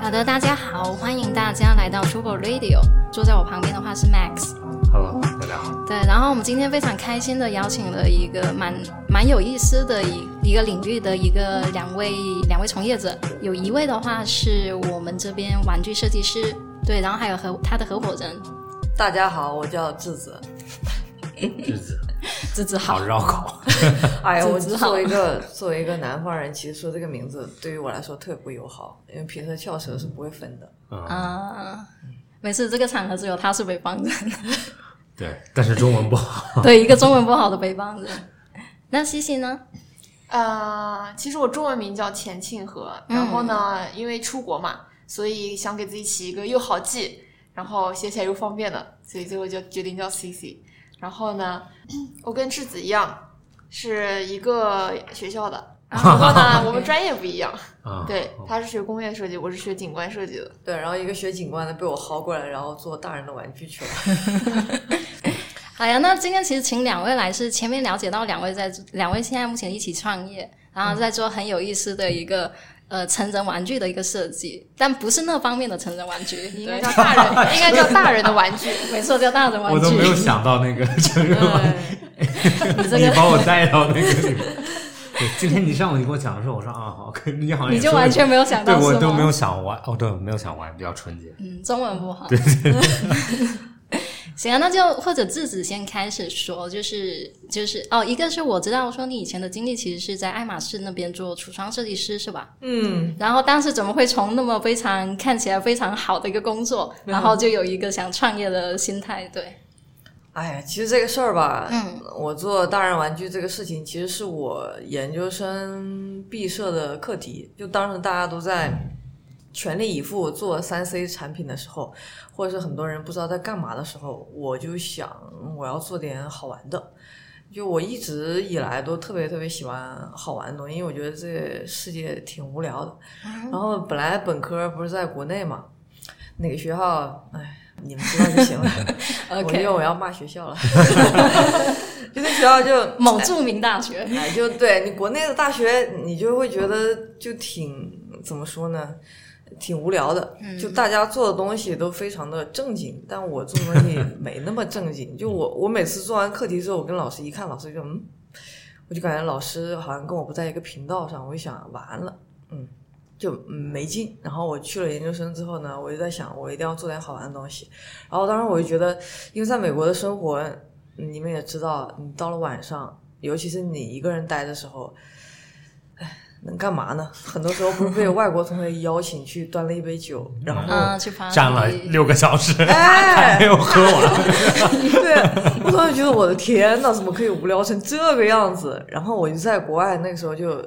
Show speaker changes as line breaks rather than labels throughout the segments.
好的，大家好，欢迎大家来到 Trouble Radio。坐在我旁边的话是 Max。
Hello，大家好。
对，然后我们今天非常开心的邀请了一个蛮蛮有意思的一一个领域的一个两位两位从业者，有一位的话是我们这边玩具设计师，对，然后还有合他的合伙人
大家好，我叫智子。
日子
芝芝好
好，绕口，
哎呀，我
智子好
作为一个 作为一个南方人，其实说这个名字对于我来说特别不友好，因为皮特翘舌是不会分的。
嗯，
啊、每次这个场合只有他是北方人，
对，但是中文不好，
对，一个中文不好的北方人。那西西呢？
呃，其实我中文名叫钱庆和，然后呢，
嗯
因为出国嘛，所以想给自己起一个又好记，然后写起来又方便的，所以最后就决定叫 CC。然后呢，我跟智子一样，是一个学 校的，然后呢，我们专业不一样，
嗯，
对，他是学工业设计，我是学景观设计的。
对，然后一个学景观的被我薅过来，然后做大人的玩具去了。
好呀，那今天其实请两位来是前面了解到两位在两位现在目前一起创业，然后在做很有意思的一个呃成人玩具的一个设计，但不是那方面的成人玩具，
应该
对，
叫大人，应该叫大人的玩具。
没错，叫大人玩具。
我都没有想到那个 成人玩
对
具，
这个
你把我带到那个里面。对，今天你上午你跟我讲的时候，我说啊，好，可你好像也
你就
说得
完全没有想到
对我
是
都
吗
没有想歪，哦，对，我没有想歪，比较纯洁。
嗯，中文不好。 行啊，那就或者自己先开始说，就是就是哦，一个是我知道说你以前的经历其实是在爱马仕那边做橱窗设计师是吧？
嗯，
然后当时怎么会从那么非常看起来非常好的一个工作，
嗯
然后就有一个想创业的心态？对，
哎呀，其实这个事儿吧，
嗯，
我做大人玩具这个事情，其实是我研究生毕设的课题。就当时大家都在全力以赴做三 C 产品的时候，或者是很多人不知道在干嘛的时候，我就想我要做点好玩的。就我一直以来都特别特别喜欢好玩的东西，因为我觉得这世界挺无聊的。然后本来本科不是在国内嘛，哪个学校，哎，你们知道就行了。我
OK，
觉得我要骂学校了，就那学校就
某著名大学，
哎，就对你国内的大学，你就会觉得就挺怎么说呢，挺无聊的。就大家做的东西都非常的正经，但我做的东西没那么正经。就我我每次做完课题之后，我跟老师一看，老师就嗯，我就感觉老师好像跟我不在一个频道上，我就想完了，嗯，就嗯没劲。然后我去了研究生之后呢，我就在想，我一定要做点好玩的东西。然后当时我就觉得，因为在美国的生活，你们也知道，你到了晚上，尤其是你一个人待的时候，哎，能干嘛呢？很多时候不是被外国同学邀请去端了一杯酒，然后。
嗯，去
啊
爬
站了六个小时，还没
哎，
有喝完。
对，我突然觉得我的天呐，怎么可以无聊成这个样子？然后我就在国外那个时候就，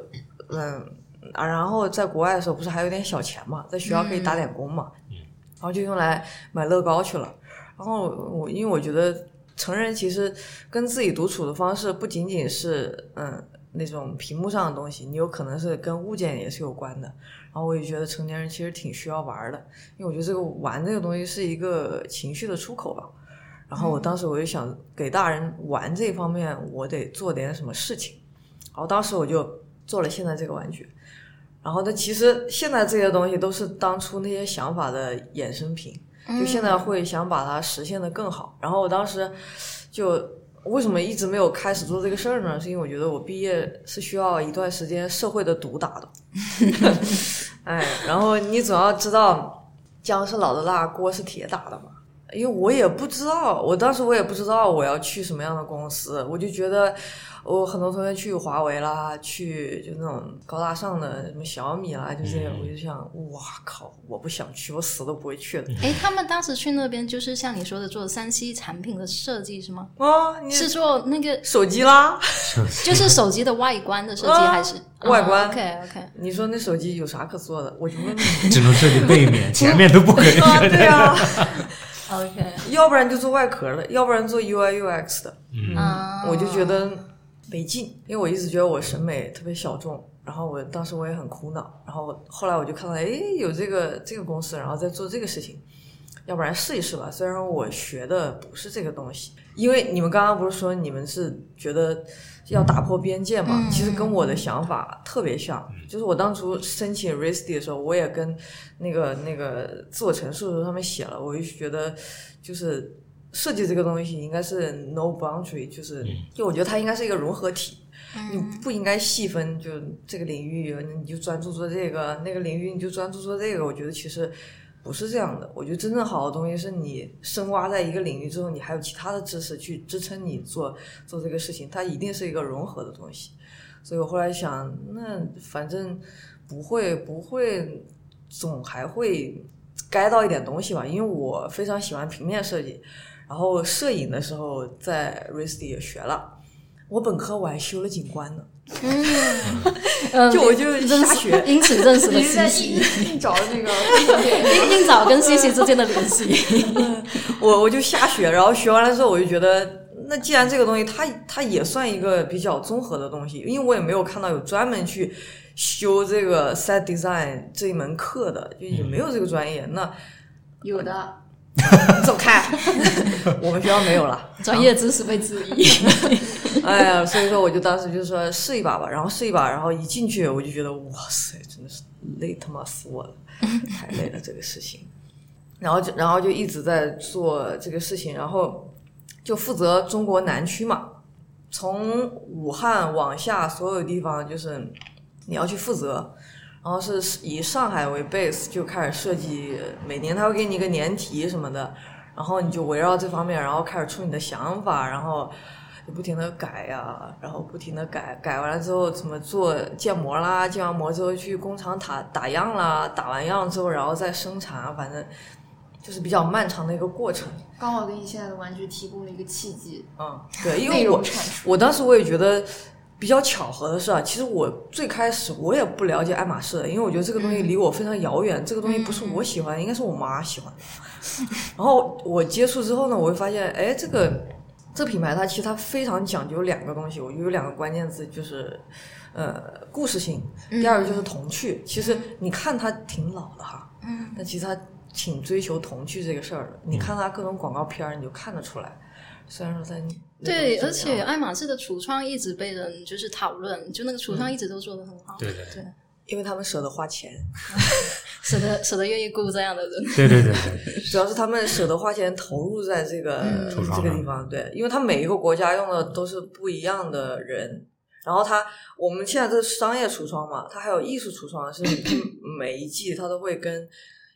嗯啊，然后在国外的时候不是还有点小钱嘛，在学校可以打点工嘛，然后就用来买乐高去了。然后我因为我觉得成人其实跟自己独处的方式不仅仅是嗯那种屏幕上的东西，你有可能是跟物件也是有关的。然后我也觉得成年人其实挺需要玩儿的，因为我觉得这个玩这个东西是一个情绪的出口吧。然后我当时我就想给大人玩这方面，我得做点什么事情。然后当时我就做了现在这个玩具。然后呢，其实现在这些东西都是当初那些想法的衍生品，就现在会想把它实现的更好。然后我当时就为什么一直没有开始做这个事儿呢？是因为我觉得我毕业是需要一段时间社会的毒打的。哎，然后你总要知道，姜是老的辣，锅是铁打的嘛。因为我也不知道，我当时我也不知道我要去什么样的公司，我就觉得我很多同学去华为啦，去就那种高大上的什么小米啦，就这些，
嗯
我就想，哇靠，我不想去，我死都不会去的。
哎，他们当时去那边就是像你说的做三 C 产品的设计是吗？
啊，你
是做那个
手机啦？
就是手机的外观的设计
啊
还是哦
外观
OK OK。
你说那手机有啥可做的？我就问 你
只能设计背面，前面都不可以。
啊， 对啊，
OK，
要不然就做外壳的，要不然做 UI UX 的。
嗯
啊
我就觉得没劲，因为我一直觉得我审美特别小众，然后我当时我也很苦恼，然后后来我就看到，哎，有这个这个公司，然后在做这个事情，要不然试一试吧。虽然我学的不是这个东西，因为你们刚刚不是说你们是觉得要打破边界嘛，
嗯
其实跟我的想法特别像，就是我当初申请 RISD 的时候，我也跟那个那个自我陈述的时候他们写了，我就觉得就是设计这个东西应该是 no boundary，就是就我觉得它应该是一个融合体。你不应该细分，就这个领域你就专注做这个，那个领域你就专注做这个。我觉得其实不是这样的。我觉得真正好的东西是你深挖在一个领域之后，你还有其他的知识去支撑你做做这个事情，它一定是一个融合的东西。所以我后来想，那反正不会不会，总还会该到一点东西吧。因为我非常喜欢平面设计，然后摄影的时候在 RISD 也学了。我本科我还修了景观呢，
嗯
就我就
认
瞎
识
学，
因此认识 了
你是在
西
硬
西，
硬找那个
硬硬找跟西 西之间的联系。
我我就瞎学，然后学完了之后，我就觉得，那既然这个东西它它也算一个比较综合的东西，因为我也没有看到有专门去修这个 set design 这一门课的，就也没有这个专业。那
有的，
你走 开，我们学校没有了。
专业知识被质疑，
哎呀，所以说我就当时就说试一把吧，然后试一把，然后一进去我就觉得哇塞，真的是累他妈死我了，太累了这个事情。然后就然后就一直在做这个事情，然后就负责中国南区嘛，从武汉往下所有地方就是你要去负责。然后是以上海为 base 就开始设计，每年他会给你一个年题什么的，然后你就围绕这方面，然后开始出你的想法，然后就不停的改呀、然后不停的改，改完了之后怎么做建模啦，建完模之后去工厂打打样啦，打完样之后然后再生产，反正就是比较漫长的一个过程。
刚好给你现在的玩具提供了一个契机，
嗯，对，因
内
为我
容产出。
我当时我也觉得比较巧合的是啊，其实我最开始我也不了解爱马仕的，因为我觉得这个东西
嗯
离我非常遥远，这个东西不是我喜欢，应该是我妈喜欢的。然后我接触之后呢，我会发现，哎，这个这品牌它其实它非常讲究两个东西，我觉得有两个关键字就是。呃，故事性，第二个
嗯
就是童趣。其实你看它挺老的哈，嗯，但其实它挺追求童趣这个事儿的。你看它各种广告片儿，你就看得出来。虽然说它
对，而
那种怎么
且
样
爱马仕的橱窗一直被人就是讨论，就那个橱窗
嗯
一直都做得很好，
对对
对，
因为他们舍得花钱，
舍得舍得愿意雇这样的 人，
对对对对，
主要是他们舍得花钱投入在这个、
嗯
橱窗
这个地
上
方，对，因为他每一个国家用的都是不一样的人。然后他，我们现在这是商业橱窗嘛，它还有艺术橱窗， 是每一季它都会跟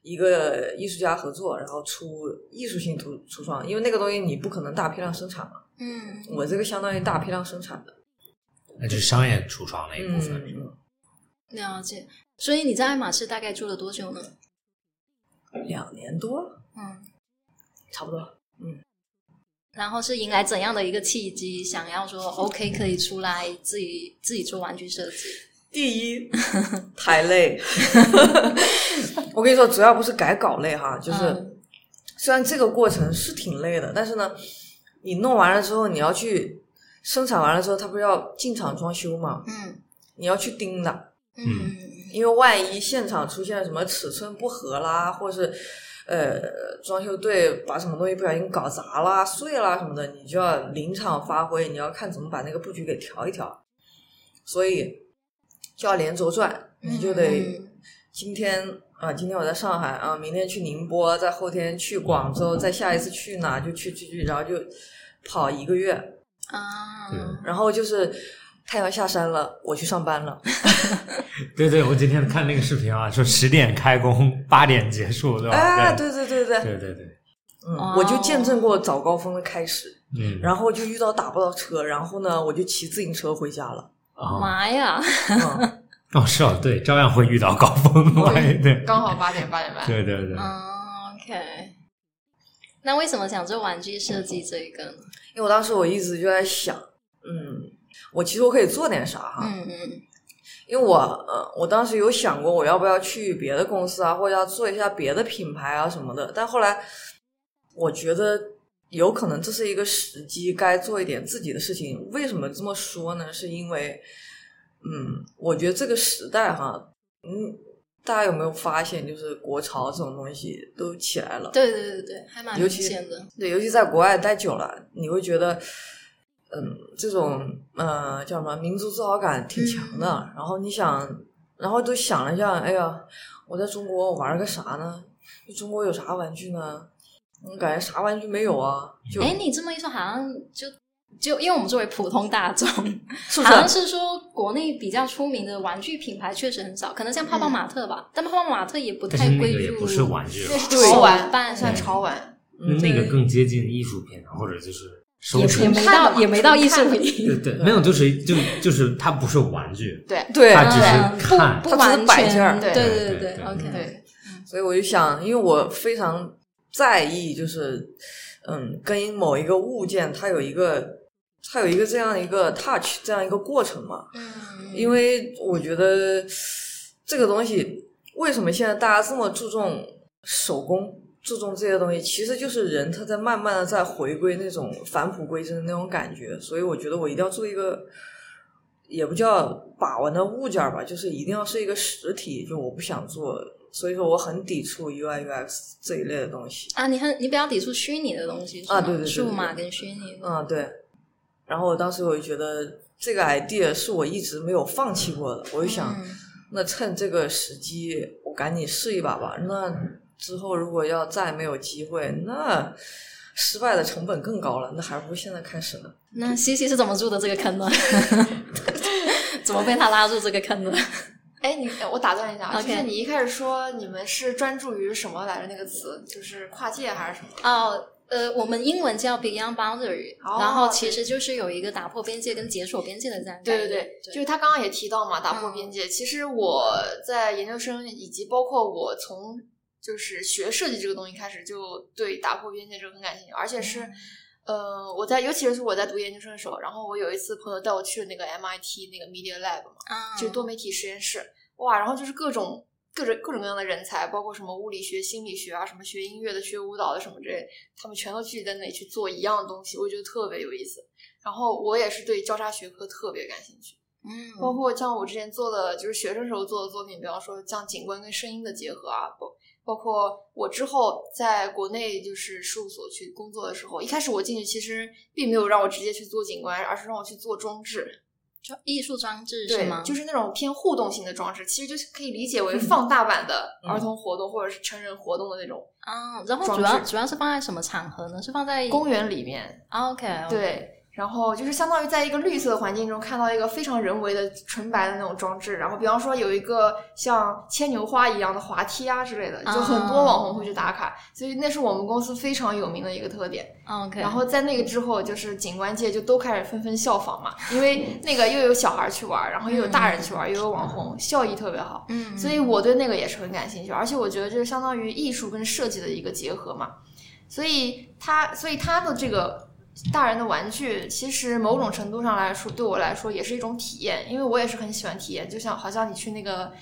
一个艺术家合作，然后出艺术性橱橱窗，因为那个东西你不可能大批量生产嘛，
嗯，
我这个相当于大批量生产的，
那哎就是商业橱窗那一部
嗯，
分。
了解。所以你在爱马仕大概做了多久呢？
两年多
嗯，
差不多，
然后是迎来怎样的一个契机，想要说 OK 可以出来自己自己做玩具设计？
第 一，太累。我跟你说，主要不是改稿累哈，就是、
嗯
虽然这个过程是挺累的，但是呢，你弄完了之后，你要去生产完了之后，它不是要进厂装修嘛，
嗯
你要去盯的。
嗯
因为万一现场出现什么尺寸不合啦，或者是呃装修队把什么东西不小心搞砸啦、碎啦什么的，你就要临场发挥，你要看怎么把那个布局给调一调。所以就要连轴转，你就得
嗯
今天啊、今天我在上海啊，明天去宁波，再后天去广州，再下一次去哪就去去去，然后就跑一个月，
啊，
对
然后就是太阳下山了，我去上班了。
对对，我今天看那个视频啊，说十点开工，八点结束，对吧？
哎，
对
对对对对，
对对对，
嗯
哦，
我就见证过早高峰的开始，
嗯，
然后就遇到打不到车，然后呢，我就骑自行车回家了。
啊，
妈呀，
嗯，
哦，是哦，对，照样会遇到高峰的，
对
对，
刚好八点八点半。
对对对，
啊，OK。那为什么想做玩具设计这一个呢？
因为我当时我一直就在想，嗯，我其实我可以做点啥哈，
嗯嗯
因为我呃，我当时有想过我要不要去别的公司啊，或者要做一下别的品牌啊什么的，但后来我觉得有可能这是一个时机，该做一点自己的事情。为什么这么说呢？是因为，嗯，我觉得这个时代哈，嗯，大家有没有发现，就是国潮这种东西都起来了，
对对对对，还蛮
尤
明
其
显的。
对，尤其在国外待久了，你会觉得，嗯，这种呃叫什么民族自豪感挺强的。然后你想，然后都想了一下，哎呀，我在中国我玩个啥呢？就中国有啥玩具呢？我感觉啥玩具没有啊，就
哎，你这么一说，好像就就因为我们作为普通 大众，
是不
好像
是？
是说国内比较出名的玩具品牌确实很少，可
嗯
能像泡泡玛特吧，但泡泡玛特也不
但
太
是那
归
个也
入
不是玩具了
那，是
哦对
潮玩，
办
算
对
潮玩，
那
嗯
那个
对
更接近艺术品，啊或者就是收
也也
藏。
看
没到
吧
也没到艺术
对
品，
对，没有，就是就就是它不是玩具，
对
对，
它只
嗯
是看
不
它只是
完
摆件
全，
儿
对
对
对
对
对
对
，OK，
对，
所以我就想，因为我非常在意，就是嗯，跟某一个物件它有一个它有一个这样一个 touch 这样一个过程嘛。
嗯，
因为我觉得这个东西为什么现在大家这么注重手工，注重这些东西，其实就是人他在慢慢的在回归那种返璞归真的那种感觉。所以我觉得我一定要做一个，也不叫把玩的物件儿吧，就是一定要是一个实体。就我不想做，所以说我很抵触 UI UX 这一类的东西。
啊，你很你比较抵触虚拟的东西是
啊
吗
对对对对
数码跟虚拟的，
嗯，对。然后我当时我就觉得这个 idea 是我一直没有放弃过的，我就想。
嗯
那趁这个时机，我赶紧试一把吧。那之后如果要再没有机会，那失败的成本更高了，那还不如现在开始呢。
那西西是怎么入的这个坑 呢？ 怎么被他拉入这个坑的？
哎，你呃我打断一下啊
OK
就是你一开始说你们是专注于什么来着？那个词就是跨界还是什么？
哦，呃，我们英文叫 Beyond Boundary，、
哦
然后其实就是有一个打破边界跟解锁边界的这样一个概
对对
念。
对，
对
就是他刚刚也提到嘛，打破边界。其实我在研究生以及包括我从就是学设计这个东西开始，就对打破边界这个很感兴趣，而且是。呃，我在，尤其是我在读研究生的时候，然后我有一次朋友带我去那个 MIT 那个 Media Lab 嘛，
啊，
就是多媒体实验室，哇，然后就是各种各种各种各样的人才，包括什么物理学、心理学啊，什么学音乐的、学舞蹈的什么之类，他们全都聚集在那里去做一样的东西，我觉得特别有意思。然后我也是对交叉学科特别感兴趣，包
嗯，
括像我之前做的，就是学生时候做的作品，比方说像景观跟声音的结合啊，包包括我之后在国内就是事务所去工作的时候，一开始我进去其实并没有让我直接去做景观，而是让我去做装置，
就艺术装置是
对
吗？，
就是那种偏互动型的装置，其实就是可以理解为放大版的
嗯
儿童活动或者是成人活动的那种
啊，然后
装
主要
置
主要是放在什么场合呢？是放在
公园里面。
？OK，，
对，然后就是相当于在一个绿色的环境中看到一个非常人为的纯白的那种装置，然后比方说有一个像牵牛花一样的滑梯啊之类的，就很多网红会去打卡，所以那是我们公司非常有名的一个特点。
OK，
然后在那个之后，就是景观界就都开始纷纷效仿嘛，因为那个又有小孩去玩，然后又有大人去玩，又有网红，效益特别好。
嗯，
所
以
以我对那个也是很感兴趣，而且我觉得这是相当于艺术跟设计的一个结合嘛。所以它，所以它的这个大人的玩具，其实某种程度上来说，对我来说也是一种体验，因为我也是很喜欢体验。就像好像你去那个，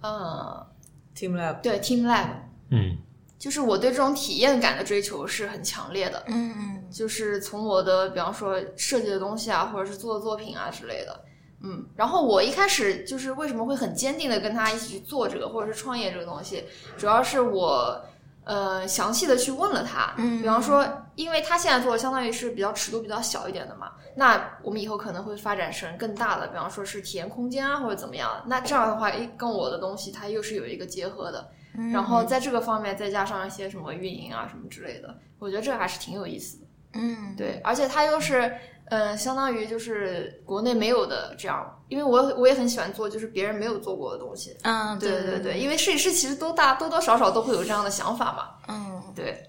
呃，
Team Lab，
对 Team Lab，
嗯，
就是我对这种体验感的追求是很强烈的。
嗯嗯
就是从我的比方说设计的东西啊，或者是做的作品啊之类的。嗯，然后我一开始就是为什么会很坚定的跟他一起去做这个，或者是创业这个东西，主要是我呃详细的去问了他，
嗯
比方说，因为他现在做的相当于是比较尺度比较小一点的嘛，那我们以后可能会发展成更大的，比方说是体验空间啊或者怎么样，那这样的话，诶，跟我的东西它又是有一个结合的，
嗯，
然后在这个方面再加上一些什么运营啊什么之类的，我觉得这个还是挺有意思的。
嗯
对，而且它又是，呃，相当于就是国内没有的这样，因为我我也很喜欢做就是别人没有做过的东西。
啊，
对
对
对对，
对，
因为设计师其实都大多多少少都会有这样的想法嘛。
嗯，
对，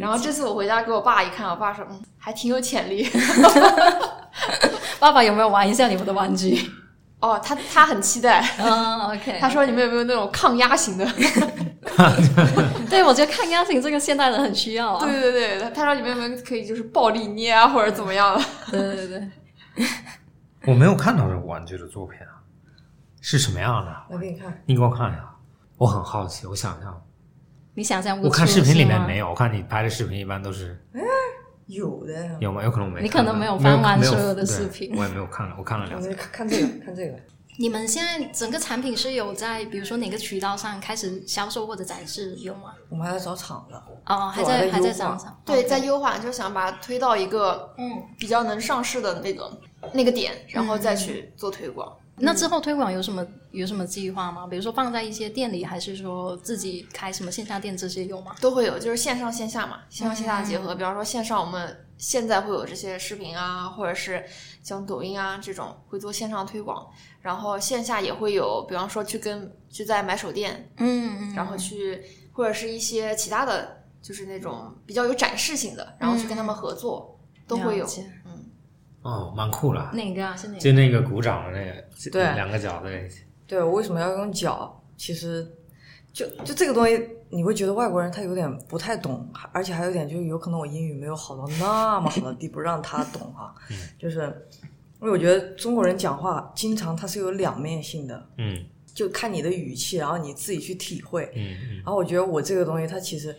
然后这次我回家给我爸一看，我爸说，嗯，还挺有潜力。
爸爸有没有玩一下你们的玩 具？
哦，他他很期待，
嗯，OK。
他说你们有没有那种抗压 型的？
对，我觉得抗压性这个现代人很需要啊。
对对对，他他说你们有没有可以就是暴力捏啊或者怎么样的？
对对对，
我没有看到这个玩具的作品啊，是什么样的？
我给你看，
你给我看一下，我很好奇，我想象。
你想象不
我看视频里面没
有，
有，我看你拍的视频一般都是
有的呀。
有吗？有可能我没看到，
你可能没有
没有
翻完
没有
所有的
对
视频
我也没有看了，我看了两
我
次
这。看看这个，看这个，
你们现在整个产品是有在，比如说哪个渠道上开始销售或者展示有吗？
我们还在找厂子。
哦，还
对还在优
在还在
化
涨上。
对，
OK
在优化，就想把它推到一个
嗯，
比较能上市的那个那个点，然后再去做推广。
那之后推广有什么有什么计划吗？比如说放在一些店里，还是说自己开什么线下店这些有吗？
都会有，就是线上线下嘛，线上线
嗯
下的结合。比方说线上，我们现在会有这些视频啊，或者是像抖音啊这种会做线上推广，然后线下也会有，比方说去跟去在买手店，
嗯嗯
然后去或者是一些其他的，就是那种比较有展示性的，然后去跟他们合作，都会有
嗯了。解
嗯，
哦，蛮酷的，
哪个啊？是哪个？
就那个鼓掌的那个，
对
两个脚的那个。
对我为什么要用脚？其实就就这个东西，你会觉得外国人他有点不太懂，而且还有点就是有可能我英语没有好到那么好的地步让他懂啊。就是因为我觉得中国人讲话经常他是有两面性的，
嗯
就看你的语气，然后你自己去体会。
嗯
然后我觉得我这个东西，它其实，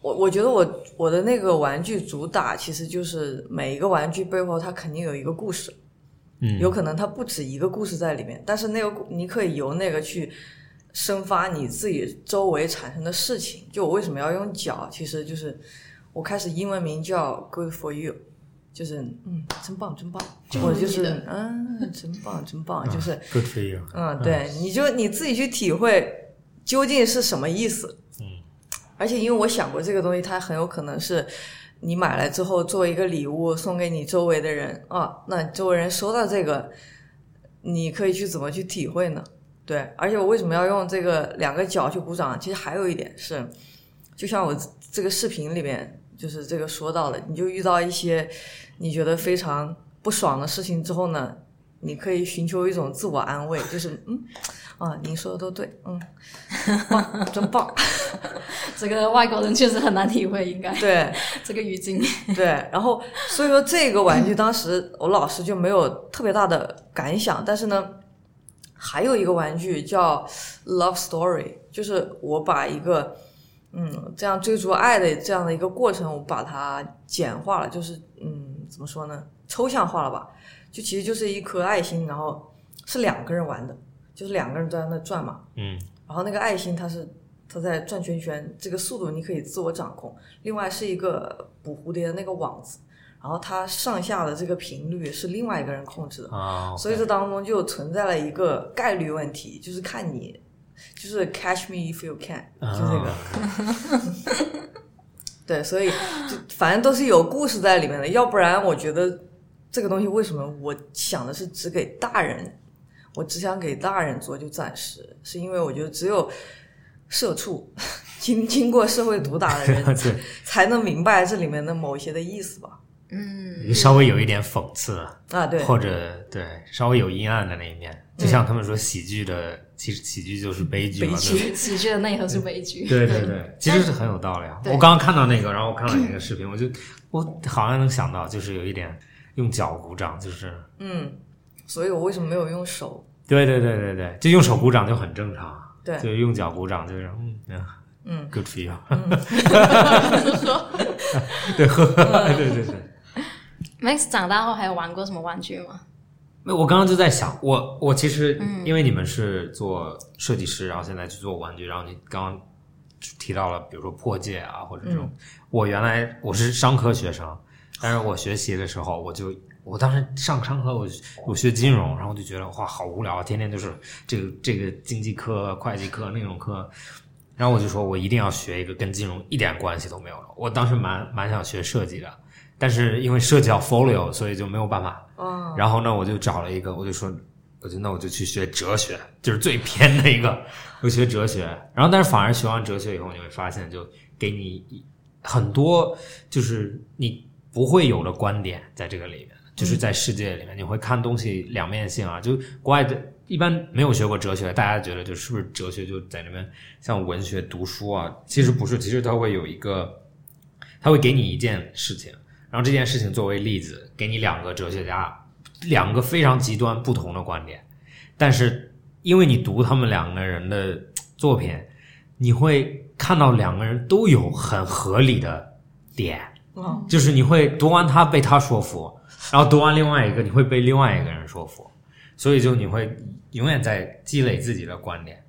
我我觉得我我的那个玩具主打其实就是每一个玩具背后它肯定有一个故事，
嗯，
有可能它不止一个故事在里面，但是那个故你可以由那个去生发你自己周围产生的事情。就我为什么要用脚，其实就是我开始英文名叫 Good for You。就是嗯，真棒，真棒，我就
你的
是嗯，真棒，真棒，就是
嗯 good for you。
嗯，对，你就你自己去体会究竟是什么意思。
嗯，
而且因为我想过这个东西，它很有可能是你买来之后作为一个礼物送给你周围的人啊，那周围人收到这个，你可以去怎么去体会呢？对，而且我为什么要用这个两个脚去鼓掌？其实还有一点是，就像我这个视频里面就是这个说到的，你就遇到一些你觉得非常不爽的事情之后呢，你可以寻求一种自我安慰，就是嗯啊，您说的都对，嗯，棒，真棒，
这个外国人确实很难体会，应该
对。
这个语境。
对，然后所以说这个玩具当时我老师就没有特别大的感想，但是呢，还有一个玩具叫 Love Story，就是我把一个嗯这样追逐爱的这样的一个过程，我把它简化了，就是嗯怎么说呢，抽象化了吧？就其实就是一颗爱心，然后是两个人玩的，就是两个人在那转嘛，
嗯
然后那个爱心它是它在转圈圈，这个速度你可以自我掌控。另外是一个捕蝴蝶的那个网子，然后它上下的这个频率是另外一个人控制的，
啊，
所以这当中就存在了一个概率问题，就是看你，就是 catch me if you can，就这个。 对，所以就反正都是有故事在里面的，要不然我觉得这个东西为什么我想的是只给大人，我只想给大人做，就暂时是因为我觉得只有社畜经经过社会毒打的人
对
才能明白这里面的某一些的意思吧？
嗯，
稍微有一点讽刺，
啊，对，
或者对稍微有阴暗的那一面，
嗯
就像他们说喜剧的，其实喜剧就是悲剧嘛。
悲剧
对吧
喜剧的嗯内核是悲剧。
对对对，其实是很有道理啊。我
对
刚刚看到那个，然后我看到你那个视频，我就我好像能想到，就是有一点用脚鼓掌，就是
嗯，所以我为什么没有用手？
对对对对对，就用手鼓掌就很正常。
对
就是用脚鼓掌，就是嗯嗯
嗯
，good for you，对呵， 对对对。
Max 长大后还有玩过什么玩具吗？
那我刚刚就在想，我我其实因为你们是做设计师，然后现在去做玩具，然后你刚刚提到了，比如说破戒啊，或者这种。我原来我是商科学生，但是我学习的时候，我就我当时上商科，我我学金融，然后就觉得哇，好无聊啊，天天就是这个这个经济课、会计课那种课。然后我就说，我一定要学一个跟金融一点关系都没有了。我当时蛮蛮想学设计的，但是因为设计要 folio，所以就没有办法
啊，
然后呢，我就找了一个，我就说，我就那我就去学哲学，就是最偏的一个，我学哲学。然后，但是反而学完哲学以后，你会发现，就给你一很多就是你不会有的观点在这个里面，就是在世界里面你会看东西两面性啊。就国外的一般没有学过哲学，大家觉得就是不是哲学就在那边像文学读书啊，其实不是，其实它会有一个，它会给你一件事情，然后这件事情作为例子，给你两个哲学家，两个非常极端不同的观点，但是因为你读他们两个人的作品，你会看到两个人都有很合理的点，
嗯
就是你会读完他被他说服，然后读完另外一个你会被另外一个人说服，所以就你会永远在积累自己的观点，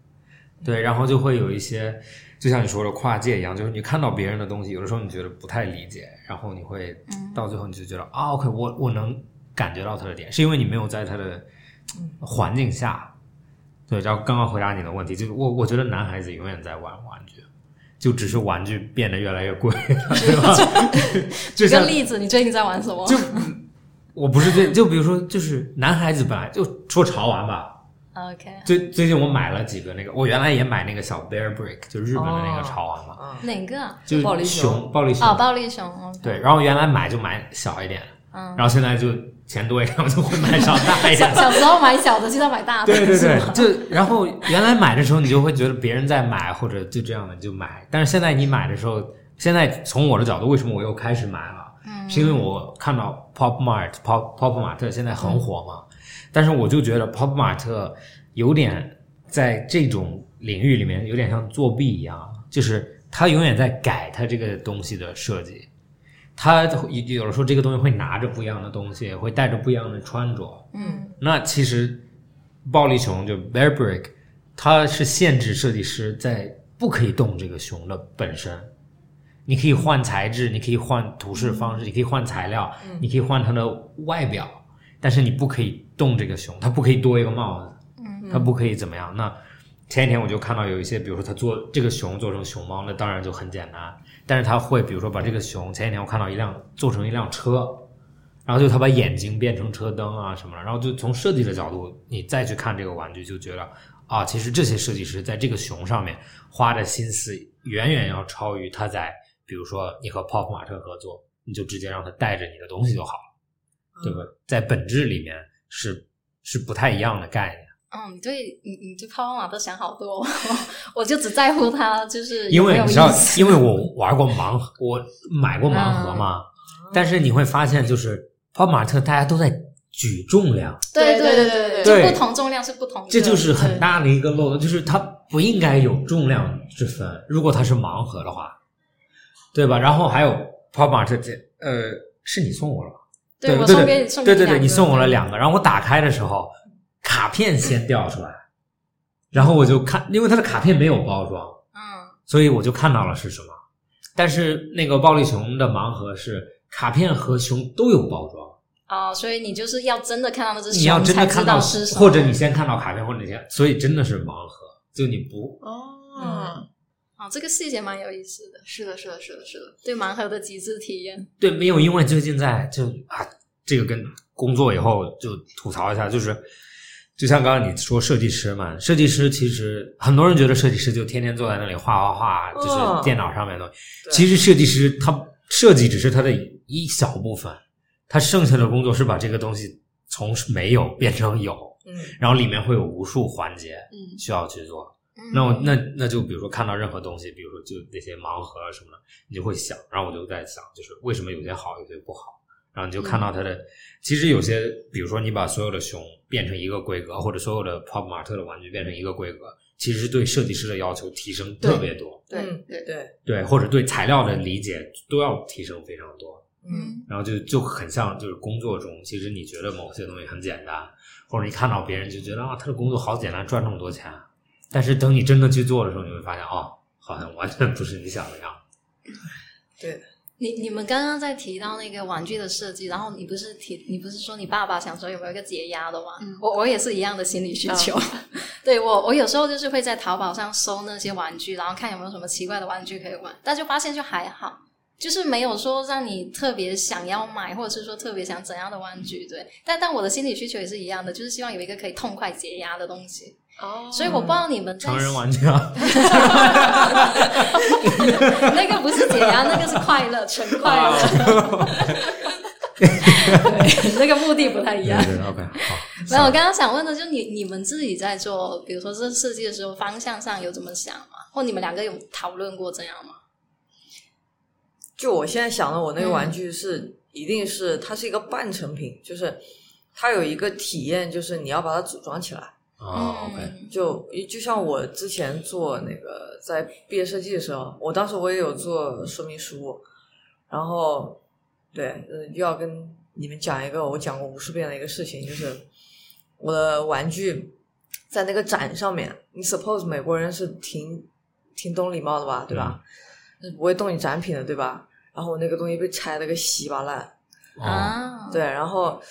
对，然后就会有一些就像你说的跨界一样，就是你看到别人的东西，有的时候你觉得不太理解，然后你会到最后你就觉得啊，OK，我我能感觉到他的点，是因为你没有在他的环境下。对，然后刚刚回答你的问题，就是我我觉得男孩子永远在玩玩具，就只是玩具变得越来越贵了，对吧？就
举
像
个例子，你最近在玩什么？
就我不是最就比如说，就是男孩子本来就说潮玩吧。
OK，
最最近我买了几个那个，我原来也买那个小 Bear Brick，就是日本的那个潮玩嘛，
嗯，
哪个啊？
就是
暴力熊
熊暴力熊
哦，暴力熊。OK
对，，然后原来买就买小一点，
嗯
然，后现在就钱多一点，我就会买上大一点
小。小时候买小的，现在买大的。
对对
是
对
吗，
就然后原来买的时候你就会觉得别人在买或者就这样的就买，但是现在你买的时候，现在从我的角度，为什么我又开始买了？
嗯
是因为我看到 Pop Mart Pop Pop Mart 现在
嗯
很火嘛，但是我就觉得 Pop Mart 有点在这种领域里面有点像作弊一样，就是他永远在改他这个东西的设计。他有的时候这个东西会拿着不一样的东西，会带着不一样的穿着，
嗯
那其实暴力熊就 Bear Brick，它是限制设计师在不可以动这个熊的本身。你可以换材质，你可以换涂饰方式，你可以换材料，你可以换它的外表，但是你不可以动这个熊，它不可以多一个帽子，它不可以怎么样。那前几天我就看到有一些，比如说他做这个熊做成熊猫，那当然就很简单，但是他会比如说把这个熊，前几天我看到一辆做成一辆车，然后就他把眼睛变成车灯啊什么的，然后就从设计的角度，你再去看这个玩具，就觉得啊，其实这些设计师在这个熊上面花的心思远远要超于他在，比如说你和泡泡玛特合作，你就直接让他带着你的东西就好了，对吧？在本质里面是是不太一样的概念，
嗯，你对你你对泡泡玛特想好多，我我就只在乎它就是
因
有没
为
有
你知道
意，思
因为我玩过盲盒，我买过盲盒嘛，
啊
但是你会发现就是泡泡玛特大家都在举重量。
对
对
对
对对
就
对
不同重量是不同的，
这就是很大的一个漏洞，就是它不应该有重量之分。如果它是盲盒的话，对吧？然后还有 Pop Mart 这呃，是你送我了吧，
对我
对
送
对
给
对
你送给
对对
两
对，
个嗯
你送我了两个，然后我打开的时候，卡片先掉出来，然后我就看，因为它的卡片没有包装，
嗯
所以我就看到了是什么。但是那个暴力熊的盲盒是卡片和熊都有包装。
哦，所以你就是要真的看到那只
你要
熊
真
才
的
知
看
道
到
是什么，
或者你先看到卡片，或者你先，所以真的是盲盒，就你不
哦，
哦，这个细节蛮有意思的，
是的，是的，是的，是的，
对盲盒的极致体验。
对，没有，因为最近在就啊，这个跟工作以后就吐槽一下，就是就像刚刚你说设计师嘛，设计师其实很多人觉得设计师就天天坐在那里画画画，就
嗯
是电脑上面的东西。
对
其实设计师他设计只是他的一小部分，他剩下的工作是把这个东西从没有变成有，
嗯
然后里面会有无数环节
嗯
需要去做。
嗯
那我那那就比如说看到任何东西，比如说就那些盲盒啊什么的，你就会想，然后我就在想，就是为什么有些好，有些不好，然后你就看到它的，其实有些，比如说你把所有的熊变成一个规格，或者所有的泡泡玛特的玩具变成一个规格，其实对设计师的要求提升特别多，
对
嗯
对，
对，
对，或者对材料的理解都要提升非常多，
嗯，
然后就就很像就是工作中，其实你觉得某些东西很简单，或者你看到别人就觉得啊，他的工作好简单，赚那么多钱，但是等你真的去做的时候，你会发现哦，好像完全不是你想的样子。
对，
你你们刚刚在提到那个玩具的设计，然后你不是提你不是说你爸爸想说有没有一个解压的吗？
嗯
我我也是一样的心理需求， 对我我有时候就是会在淘宝上搜那些玩具，然后看有没有什么奇怪的玩具可以玩，但就发现就还好，就是没有说让你特别想要买，或者是说特别想怎样的玩具，对。但但我的心理需求也是一样的，就是希望有一个可以痛快解压的东西。
哦，
所以我不知道你们在
成人玩啊家，
那个不是解压，那个是快乐，纯快乐。
啊
对，那个目的不太一
对
样。
对对，OK，好，
没有，我刚刚想问的，就你你们自己在做，比如说这设计的时候，方向上有怎么想吗？或你们两个有讨论过这样吗？
就我现在想的，我那个
嗯
玩具是、一定是它是一个半成品，就是它有一个体验，就是你要把它组装起来。哦
啊，OK，
嗯
嗯
就就像我之前做那个在毕业设计的时候，我当时我也有做说明书，然后对，呃，又要跟你们讲一个我讲过无数遍的一个事情，就是我的玩具在那个展上面，你 suppose 美国人是挺挺懂礼貌的吧，对吧？是不会动你展品的，对吧？然后我那个东西被拆了个稀巴烂，
哦，
啊，
对，然后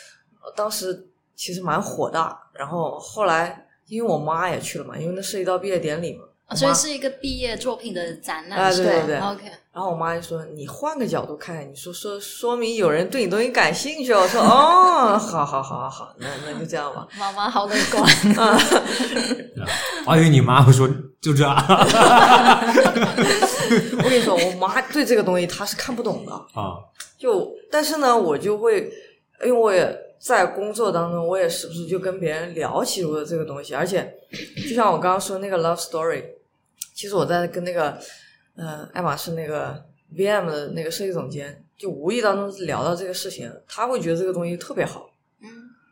呃当时其实蛮火的，然后后来因为我妈也去了嘛，因为那涉及到毕业典礼嘛，
啊所以
哦我妈
是一个毕业作品的展览，
啊
是
对
吧
对对
o k
然后我妈就说你换个角度看，你说说说明有人对你东西感兴趣。我说哦，好好好好好，那那就这样吧。
妈妈好乐观，
哦我以为你妈会说就这啊
我跟你说，我妈对这个东西她是看不懂的，
哦
就但是呢，我就会，因为我也在工作当中，我也时不时就跟别人聊起我的这个东西，而且就像我刚刚说那个 love story，其实我在跟那个呃爱马仕那个 VM 的那个设计总监，就无意当中聊到这个事情，他会觉得这个东西特别好，
嗯，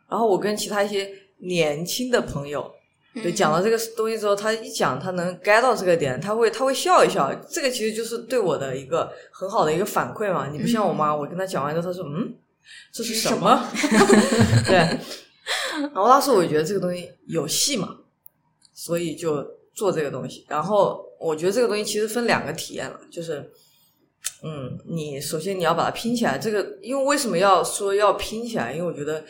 然后我跟其他一些年轻的朋友。
嗯
对，讲到这个东西之后，他一讲，他能 get 到这个点，他会他会笑一笑。这个其实就是对我的一个很好的一个反馈嘛。你不像我妈，我跟她讲完之后，她说：“嗯，这是什么？” 对。然后当时我就觉得这个东西有戏嘛，所以就做这个东西。然后我觉得这个东西其实分两个体验了，就是，嗯，你首先你要把它拼起来。这个因为为什么要说要拼起来？因为我觉得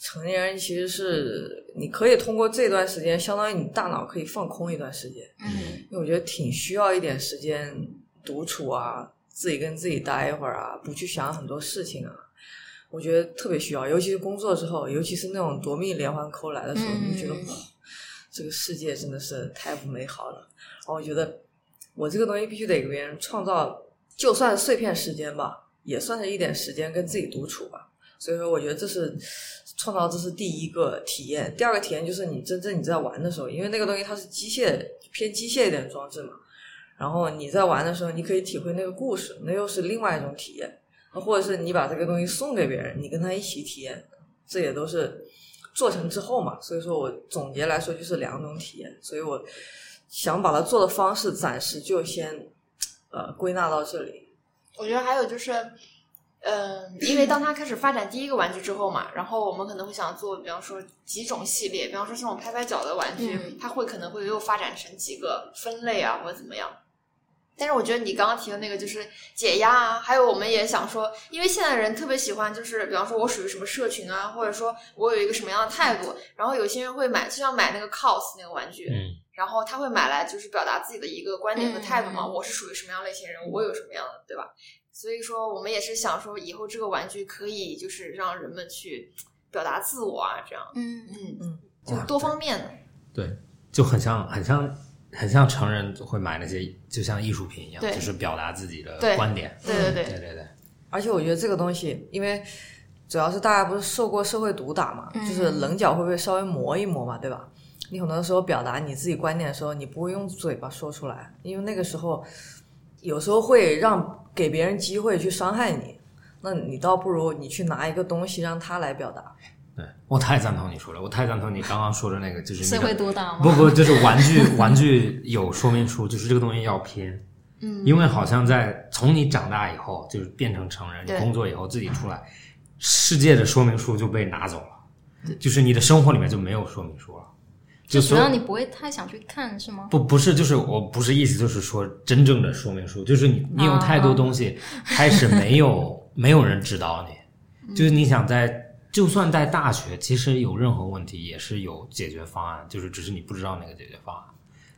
成年人其实是你可以通过这段时间，相当于你大脑可以放空一段时间，
嗯
因为我觉得挺需要一点时间独处啊，自己跟自己待一会儿啊，不去想很多事情啊。我觉得特别需要，尤其是工作之后，尤其是那种夺命连环扣来的时候，
嗯
你觉得哇，这个世界真的是太不美好了。然后我觉得我这个东西必须得给别人创造，就算碎片时间吧，也算是一点时间跟自己独处吧。所以说，我觉得这是创造，这是第一个体验。第二个体验就是你真正你在玩的时候，因为那个东西它是机械偏机械一点的装置嘛，然后你在玩的时候，你可以体会那个故事，那又是另外一种体验。或者是你把这个东西送给别人，你跟他一起体验，这也都是做成之后嘛。所以说我总结来说就是两种体验，所以我想把它做的方式暂时就先呃归纳到这里。
我觉得还有就是，嗯，因为当他开始发展第一个玩具之后嘛，然后我们可能会想做，比方说几种系列，比方说这种拍拍脚的玩具，
嗯
它会可能会又发展成几个分类啊，或者怎么样。但是我觉得你刚刚提的那个就是解压啊，还有我们也想说，因为现在人特别喜欢，就是比方说我属于什么社群啊，或者说我有一个什么样的态度，然后有些人会买，就像买那个 cos 那个玩具，
嗯
然后他会买来就是表达自己的一个观点和态度嘛，
嗯
我是属于什么样类型人，我有什么样的，对吧？所以说我们也是想说，以后这个玩具可以就是让人们去表达自我啊，这样，
嗯
嗯
嗯，
就多方面的，
对，就很像很像很像成人会买那些就像艺术品一样，
对
就是表达自己的
对
观点，
对对
对
对，
对对，
而且我觉得这个东西，因为主要是大家不是受过社会毒打嘛，
嗯
就是棱角会被稍微磨一磨嘛，对吧？你很多时候表达你自己观点的时候，你不会用嘴巴说出来，因为那个时候有时候会让给别人机会去伤害你。那你倒不如你去拿一个东西让他来表达，
对我太赞同你说了，我太赞同你刚刚说的那个，就是你
嗯社
的
会督导
不
吗？
不，就是玩具 玩具有说明书，就是这个东西要拼，
嗯，
因为好像在从你长大以后，就是变成成人，你
对
工作以后自己出来，世界的说明书就被拿走了，就是你的生活里面就没有说明书了，就
主
所有
要你不会太想去看是吗？
不不是，就是我不是意思，就是说真正的说明书，就是你你有太多东西，开始没有没有人指导你，就是你想在就算在大学，其实有任何问题也是有解决方案，就是只是你不知道那个解决方案。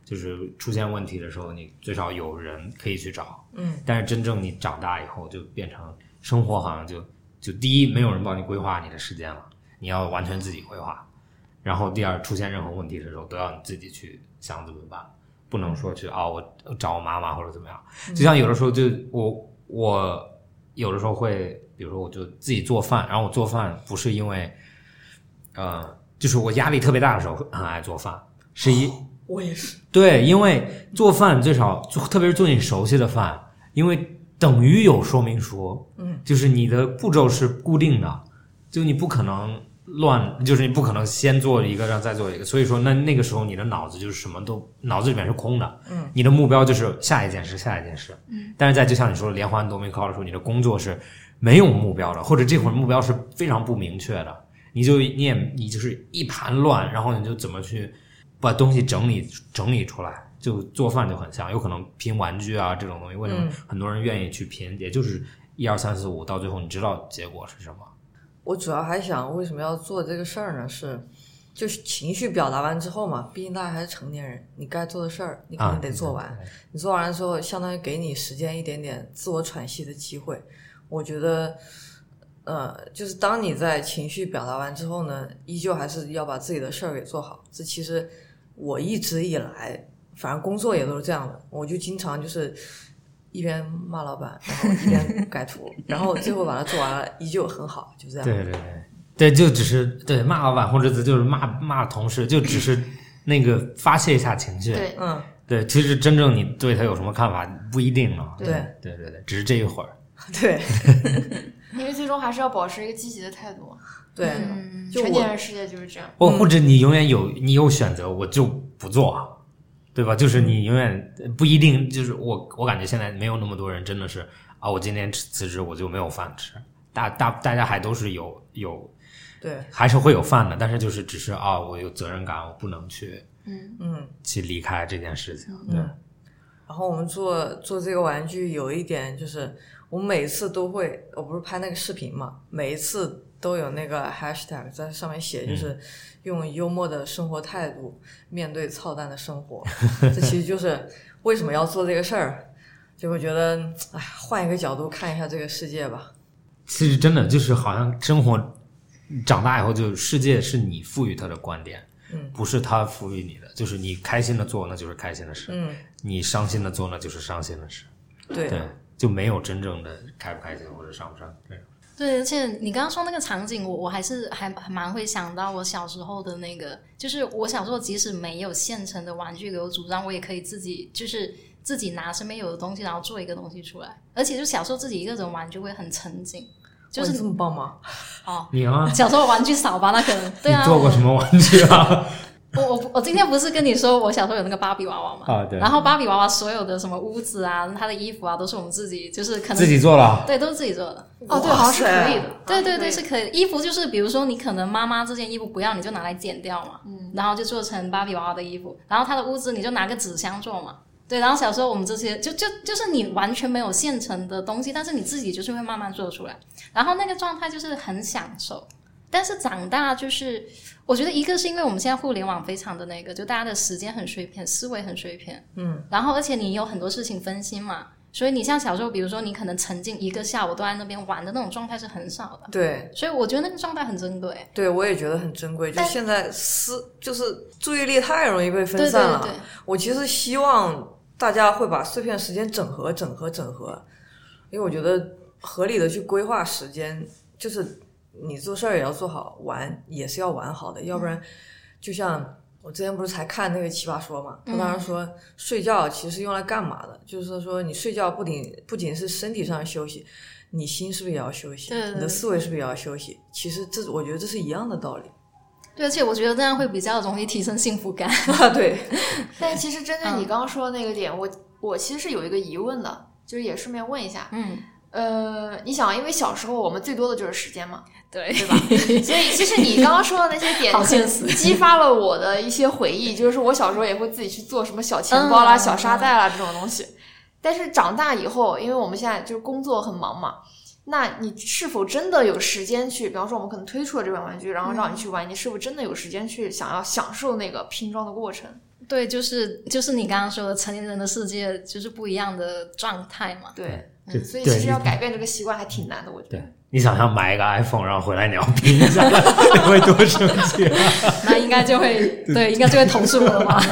就是出现问题的时候，你最少有人可以去找。
嗯，
但是真正你长大以后，就变成生活好像就就第一，没有人帮你规划你的时间了，你要完全自己规划。然后第二，出现任何问题的时候，都要你自己去想怎么办，不能说去啊、我找我妈妈或者怎么样。就像有的时候就我我有的时候会，比如说我就自己做饭，然后我做饭不是因为，呃，就是我压力特别大的时候很爱做饭，是一、
我也是，
对，因为做饭最少做，特别是做你熟悉的饭，因为等于有说明书，
嗯，
就是你的步骤是固定的，就你不可能乱，就是你不可能先做一个，然后再做一个。所以说，那那个时候你的脑子就是什么都脑子里面是空的，
嗯，
你的目标就是下一件事，下一件事，
嗯。
但是在就像你说的连环夺命 call 的时候，你的工作是没有目标的，或者这会儿目标是非常不明确的，你就你也你就是一盘乱，然后你就怎么去把东西整理整理出来。就做饭就很像，有可能拼玩具啊这种东西，为什么
嗯
很多人愿意去拼？也就是一二三四五，到最后你知道结果是什么。
我主要还想为什么要做这个事儿呢？是就是情绪表达完之后嘛，毕竟大家还是成年人，你该做的事儿你肯
啊，
定得做完。你做完了之后，相当于给你时间一点点自我喘息的机会。我觉得，呃，就是当你在情绪表达完之后呢，依旧还是要把自己的事儿给做好。这其实我一直以来，反正工作也都是这样的，我就经常就是。一边骂老板，然后一边改图，然后最后把它做完了，依旧很好，就这样。
对对对对，就只是对骂老板或者就是骂骂同事，就只是那个发泄一下情绪。
对，
嗯，
对，其实真正你对他有什么看法不一定呢。
对
对对对，只是这一会儿。
对
因为最终还是要保持一个积极的态度嘛。
对，
嗯，
就
成年
我
人世界就是这样。
哦或或者你永远有你有选择，我就不做，啊对吧？就是你永远不一定就是我，我感觉现在没有那么多人真的是啊，我今天辞职我就没有饭吃。大大大家还都是有有
对，
还是会有饭的，但是就是只是啊，我有责任感，我不能去
嗯，
嗯。
去离开这件事情。
嗯然后我们做做这个玩具有一点就是，我每次都会，我不是拍那个视频嘛，每一次都有那个 hashtag 在上面写，就是用幽默的生活态度面对操蛋的生活。 这其实就是为什么要做这个事儿，就会觉得，哎，换一个角度看一下这个世界吧。
其实真的就是好像生活长大以后，就世界是你赋予它的观点，
嗯
不是它赋予你的。就是你开心的做，那就是开心的事；
嗯，
你伤心的做，那就是伤心的事。
对，
对，就没有真正的开不开心或者上不上对，
对，而且你刚刚说那个场景，我我还是还还蛮会想到我小时候的那个，就是我小时候即使没有现成的玩具给我组装，我也可以自己就是自己拿身边有的东西，然后做一个东西出来。而且就小时候自己一个人玩就会很沉浸，就
哇你这
是
么棒吗？
哦，
你啊，
小时候玩具少吧，那 可能对啊。
你做过什么玩具啊？
我我我我今天不是跟你说我小时候有那个芭比娃娃嘛？
啊对
然后芭比娃娃所有的什么屋子啊，她的衣服啊，都是我们自己，就是可能
自己做了，啊
对，都是自己做的。
哦，对，好像是
哇塞
可以的。嗯
对对
好
对，
像
是
可以的
可以。衣服就是比如说你可能妈妈这件衣服不要，你就拿来剪掉嘛，
嗯，
然后就做成芭比娃娃的衣服。然后她的屋子你就拿个纸箱做嘛。对，然后小时候我们这些就就就是你完全没有现成的东西，但是你自己就是会慢慢做出来，然后那个状态就是很享受。但是长大就是，我觉得一个是因为我们现在互联网非常的那个，就大家的时间很碎片，思维很碎片，
嗯，
然后而且你有很多事情分心嘛，所以你像小时候，比如说你可能沉浸一个下午都在那边玩的那种状态是很少的，
对，
所以我觉得那个状态很珍贵。
对我也觉得很珍贵。就
但
现在思就是注意力太容易被
对
分
对
散了。
啊
对，
我其实希望大家会把碎片时间整合、整合、整合，因为我觉得合理的去规划时间，就是你做事儿也要做好，玩也是要玩好的，要不
嗯
然就像我之前不是才看那个《奇葩说》嘛，他当
嗯
时说睡觉其实是用来干嘛的，就是说你睡觉不仅不仅是身体上休息。你心是不是也要休息？
对对
你的
对
思维是不是也要休息？其实这我觉得这是一样的道 理
对，而且我觉得这样会比较容易提升幸福感。
啊。对，
但其实针对你
嗯
刚刚说的那个点，我我其实是有一个疑问的，就是也顺便问一下，
嗯，
呃，你想，因为小时候我们最多的就是时间嘛，
对，
对吧？所以其实你刚刚说的那些点，
好现实
激发了我的一些回忆。就是我小时候也会自己去做什么小钱包啦、
嗯
小沙袋啦这种东西。但是长大以后，因为我们现在就是工作很忙嘛，那你是否真的有时间去？比方说，我们可能推出了这款玩具，然后让你去玩，你是否真的有时间去想要享受那个拼装的过程？
对，就是就是你刚刚说的成年人的世界就是不一样的状态嘛。
对，
就
嗯所以
嗯对
其实
你
要改变这个习惯还挺难的，我觉
对
得。
你想想买一个 iPhone，然后回来你要拼一下， 你会多生气、啊
那应该就会对，应该就会投诉我了吧？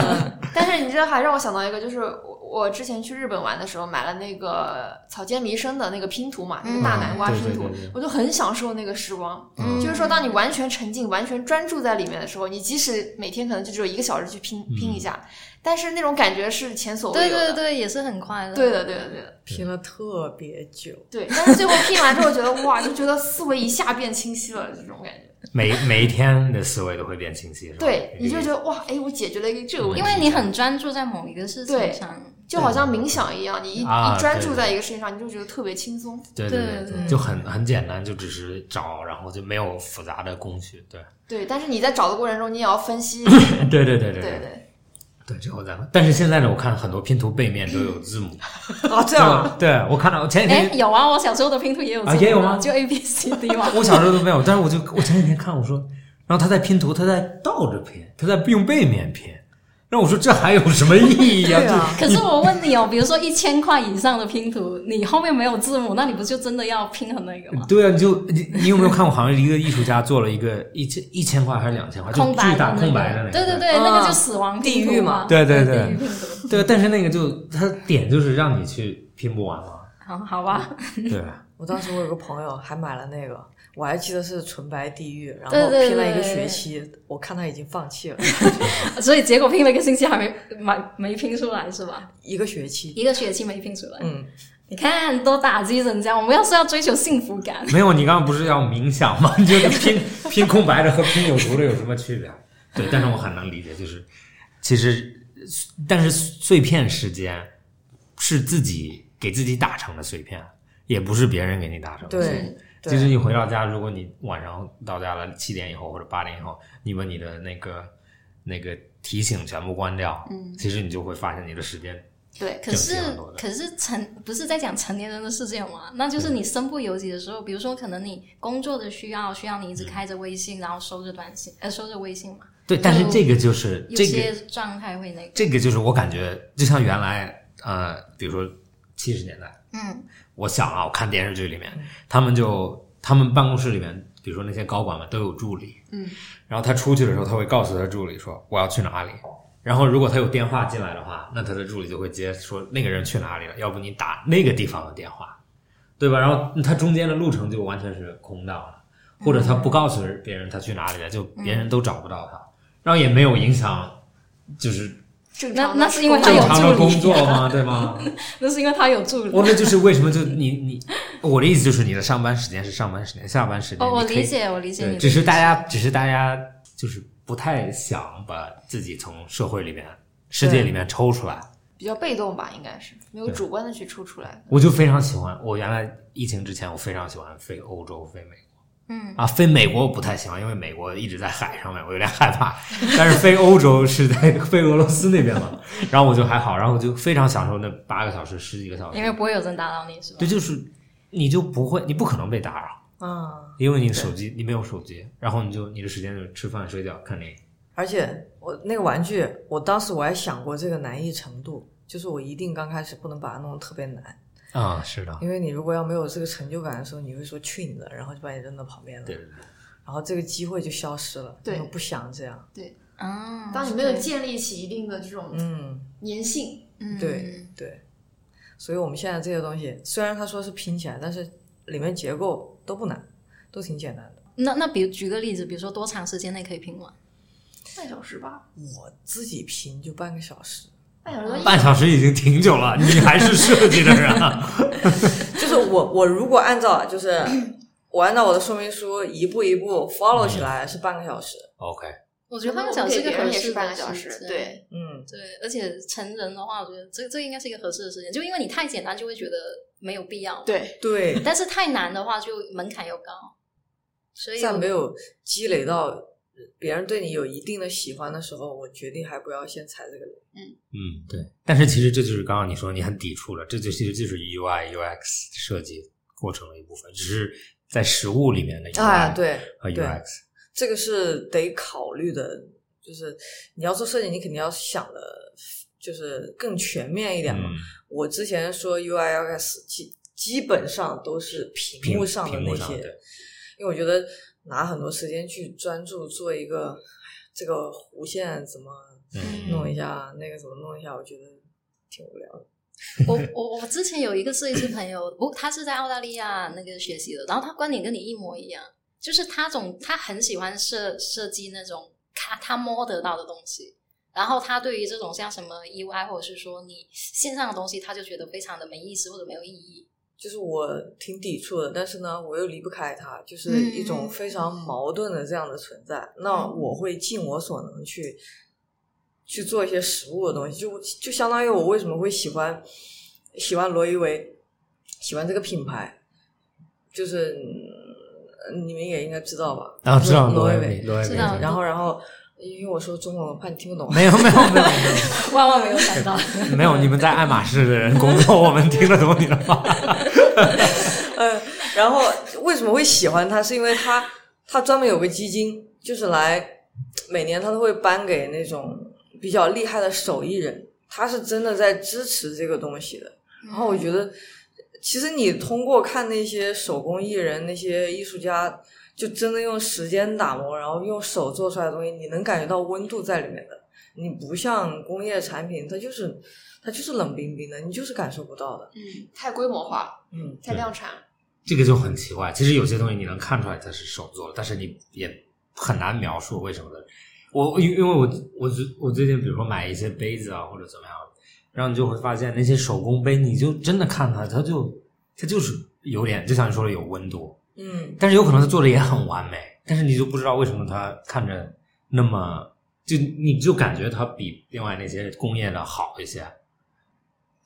但是你这还让我想到一个，就是我我之前去日本玩的时候买了那个草间弥生的那个拼图嘛，那个大南瓜
嗯对
拼图
对对对，
我就很享受那个时光。
嗯
就是说，当你完全沉浸、完全专注在里面的时候，你即使每天可能就只有一个小时去
嗯
拼拼一下，但是那种感觉是前所未
对
有的。
对对，也是很快乐。
对的，对的，对的，
拼了特别久，
对。但是最后拼完之后，觉得哇，就觉得思维一下变清晰了，这种感觉。
每每一天的思维都会变清晰，是吧？
对，你就觉
得
得哇，哎，我解决了一个这个问题
因，为你很专注在某一个事情
对
上。
就好像冥想一样，你一
啊
一专
对
注
对
在一个事情上，你就觉得特别轻松。
对
对
对
对
就很很简单，就只是找，然后就没有复杂的工序。对，
对，但是你在找的过程中，你也要分 析，
嗯对对对对
对
对
对，
对，之后再。但是现在呢，我看很多拼图背面都有字母。
啊，这样啊，
对，我看到我前几
哎
天，
有啊，我小时候的拼图也有
啊
字母
也有吗
就 A B C D 嘛。
我小时候都没有，但是我就我前几天看，我说，然后他在拼图，他在倒着拼，他在用背面拼，然后我说这还有什么意义
对
啊
啊？
可是我问你哦，比如说一千块以上的拼图，你后面没有字母，那你不就真的要拼很那个
就
吗？
对啊，你就你你有没有看过，好像一个艺术家做了一个一千一千块还是两千块，就
空白
巨
的
大
那
空白的
个
那个，
对对对，
嗯
那个就死亡拼图
地狱嘛
对对对
地狱拼图。
对，但是那个就它点就是让你去拼不完嘛，
好，好吧，
对，啊
我当时我有个朋友还买了那个，我还记得是纯白地狱，然
对
后
对
拼了一个
对
学期，我看他已经放弃了，
所以结果拼了一个星期还没买没拼出来是吧？
一个学期，
一个学期没拼出来，
嗯，
你看多打击人家！我们要是要追求幸福感，
没有，你刚刚不是要冥想吗？你 就是拼拼空白的和拼有图的有什么区别？对，但是我很能理解，就是其实，但是碎片时间是自己给自己打成的碎片，也不是别人给你打成的碎片。
对，
其实
对，
你回到家，如果你晚上到家了七点以后或者八点以后，你把你的那个那个提醒全部关掉，
嗯
其实你就会发现你的时间
对
可是
这样挺好的
可是成不是在讲成年人的世界嘛？那就是你身不由己的时候，比如说可能你工作的需要需要你一直开着微信，然后收着短信，呃，收着微信嘛，
对，但是这个就是
有
这个
些状态会那个，
这个就是我感觉，就像原来呃，比如说七十年代，
嗯，
我想啊，我看电视剧里面，他们就他们办公室里面，比如说那些高管们都有助理，
嗯，
然后他出去的时候，他会告诉他助理说我要去哪里，然后如果他有电话进来的话，那他的助理就会接说那个人去哪里了，要不你打那个地方的电话，对吧？然后他中间的路程就完全是空荡的，或者他不告诉别人他去哪里了，就别人都找不到他，然后也没有影响，就是
正
那
常的
那是因为
工
他
正
有
作
常的
助
工
理啊
作吗？对 吗？哦
那是因为他有助理。
我那就是为什么就你你，我的意思就是你的上班时间是上班时间，下班时间
哦，我
哎你可以
理，解，我理解你
对，
的。
只是大家只是大家就是不太想把自己从社会里面、世界里面抽出来。
比较被动吧，应该是没有
对
主观的去抽出来。
我就非常喜欢，我原来疫情之前我非常喜欢飞欧洲、飞美国。
嗯
啊，飞美国我不太喜欢，因为美国一直在海上面，我有点害 怕。但是飞欧洲是在飞俄罗斯那边嘛，然后我就还好，然后我就非常享受那八个小时、十几个小时，
因为不会有人打扰你，是吧？
对，就是你就不会，你不可能被打扰，
啊，
因为你的手机你没有手机，然后你就你的时间就是吃饭、睡觉、看电影。
而且我那个玩具，我当时我还想过这个难易程度，就是我一定刚开始不能把它弄得特别难，
啊，是的，
因为你如果要没有这个成就感的时候，你会说去你的，然后就把你扔到旁边了
对，对对，
然后这个机会就消失了，
对
我不想这样，
啊，
当你没有
对
建立起一定的这种
嗯。
粘性，
嗯
对对，所以我们现在这些东西，虽然他说是拼起来，但是里面结构都不难，都挺简单的。
那那比如举个例子，比如说多长时间内可以拼完？
半小时吧，
我自己拼就半个小时，
半小时到一
半小时已经挺久了，你还是设计的人啊？
就是我我如果按照就是我按照我的说明书一步一步 follow 起来是半个小时，
OK，
我觉
觉
得
得
半
半个小
个小时
时
一
一
个
个
合
合
适
适
的
的时
间
间对
嗯，
对，而且成人的话，我觉得这这应该是一个合适的时间，就因为你太简单就会觉得没有必要，。
对
对，
但是太难的话，就门槛又高，所以
在没
有
有积累到别人对你有一定的喜欢的时候，我决定还不要先踩这个雷。
嗯，对。但是其实这就是刚刚你说你很抵触了，这就其实就是 UI UX 设计过程的一部分，只是在实物里面的 UI
啊，对
和
对
UX。
这个是得考虑的，就是你要做设计，你肯定要想的，就是更全面一点嘛。
嗯
我之前说 UI UX 基基本上都是屏幕上的
屏
那
幕上
些，
对
因为我觉得拿很多时间去专注做一个哎呀这个弧线怎么
嗯
弄一下，那个怎么弄一下，我觉得挺无聊的。
我我我之前有一个设计师朋友，不，他是在澳大利亚那个学习的，然后他观点跟你一模一样，就是他总他很喜欢设设计那种他他摸得到的东西，然后他对于这种像什么 UI 或者是说你线上的东西，他就觉得非常的没意思或者没有意义。
就是我挺抵触的，但是呢，我又离不开它，就是
嗯
一种非常矛盾的这样的存在。那我会尽我所能去去做一些实物的东西，就就相当于我为什么会喜欢喜欢罗意威，喜欢这个品牌，就是嗯你们也应该知道吧？
然啊后知道罗
罗意
意
威
威，，罗意
知
威，
道
然后然后因为我说中文，我怕你听不懂。
没有没有没有没有。
万万没有想到，
没有，你们在爱马仕的人工作，我们听得懂你的话。
嗯，然后为什么会喜欢他？是因为他他专门有个基金，就是来每年他都会颁给那种比较厉害的手艺人，他是真的在支持这个东西的。然后我觉得，其实你通过看那些手工艺人、那些艺术家，就真的用时间打磨，然后用手做出来的东西，你能感觉到温度在里面的。你不像工业产品，它就是它就是冷冰冰的，你就是感受不到的。
嗯，太规模化了，
嗯，
太量产了。
这个就很奇怪。其实有些东西你能看出来它是手做的，但是你也很难描述为什么的。我因因为我我最我最近比如说买一些杯子啊或者怎么样，然后你就会发现那些手工杯，你就真的看它，它就它就是有点就像你说的有温度，
嗯，
但是有可能它做的也很完美，但是你就不知道为什么它看着那么。就你就感觉它比另外那些工业的好一些，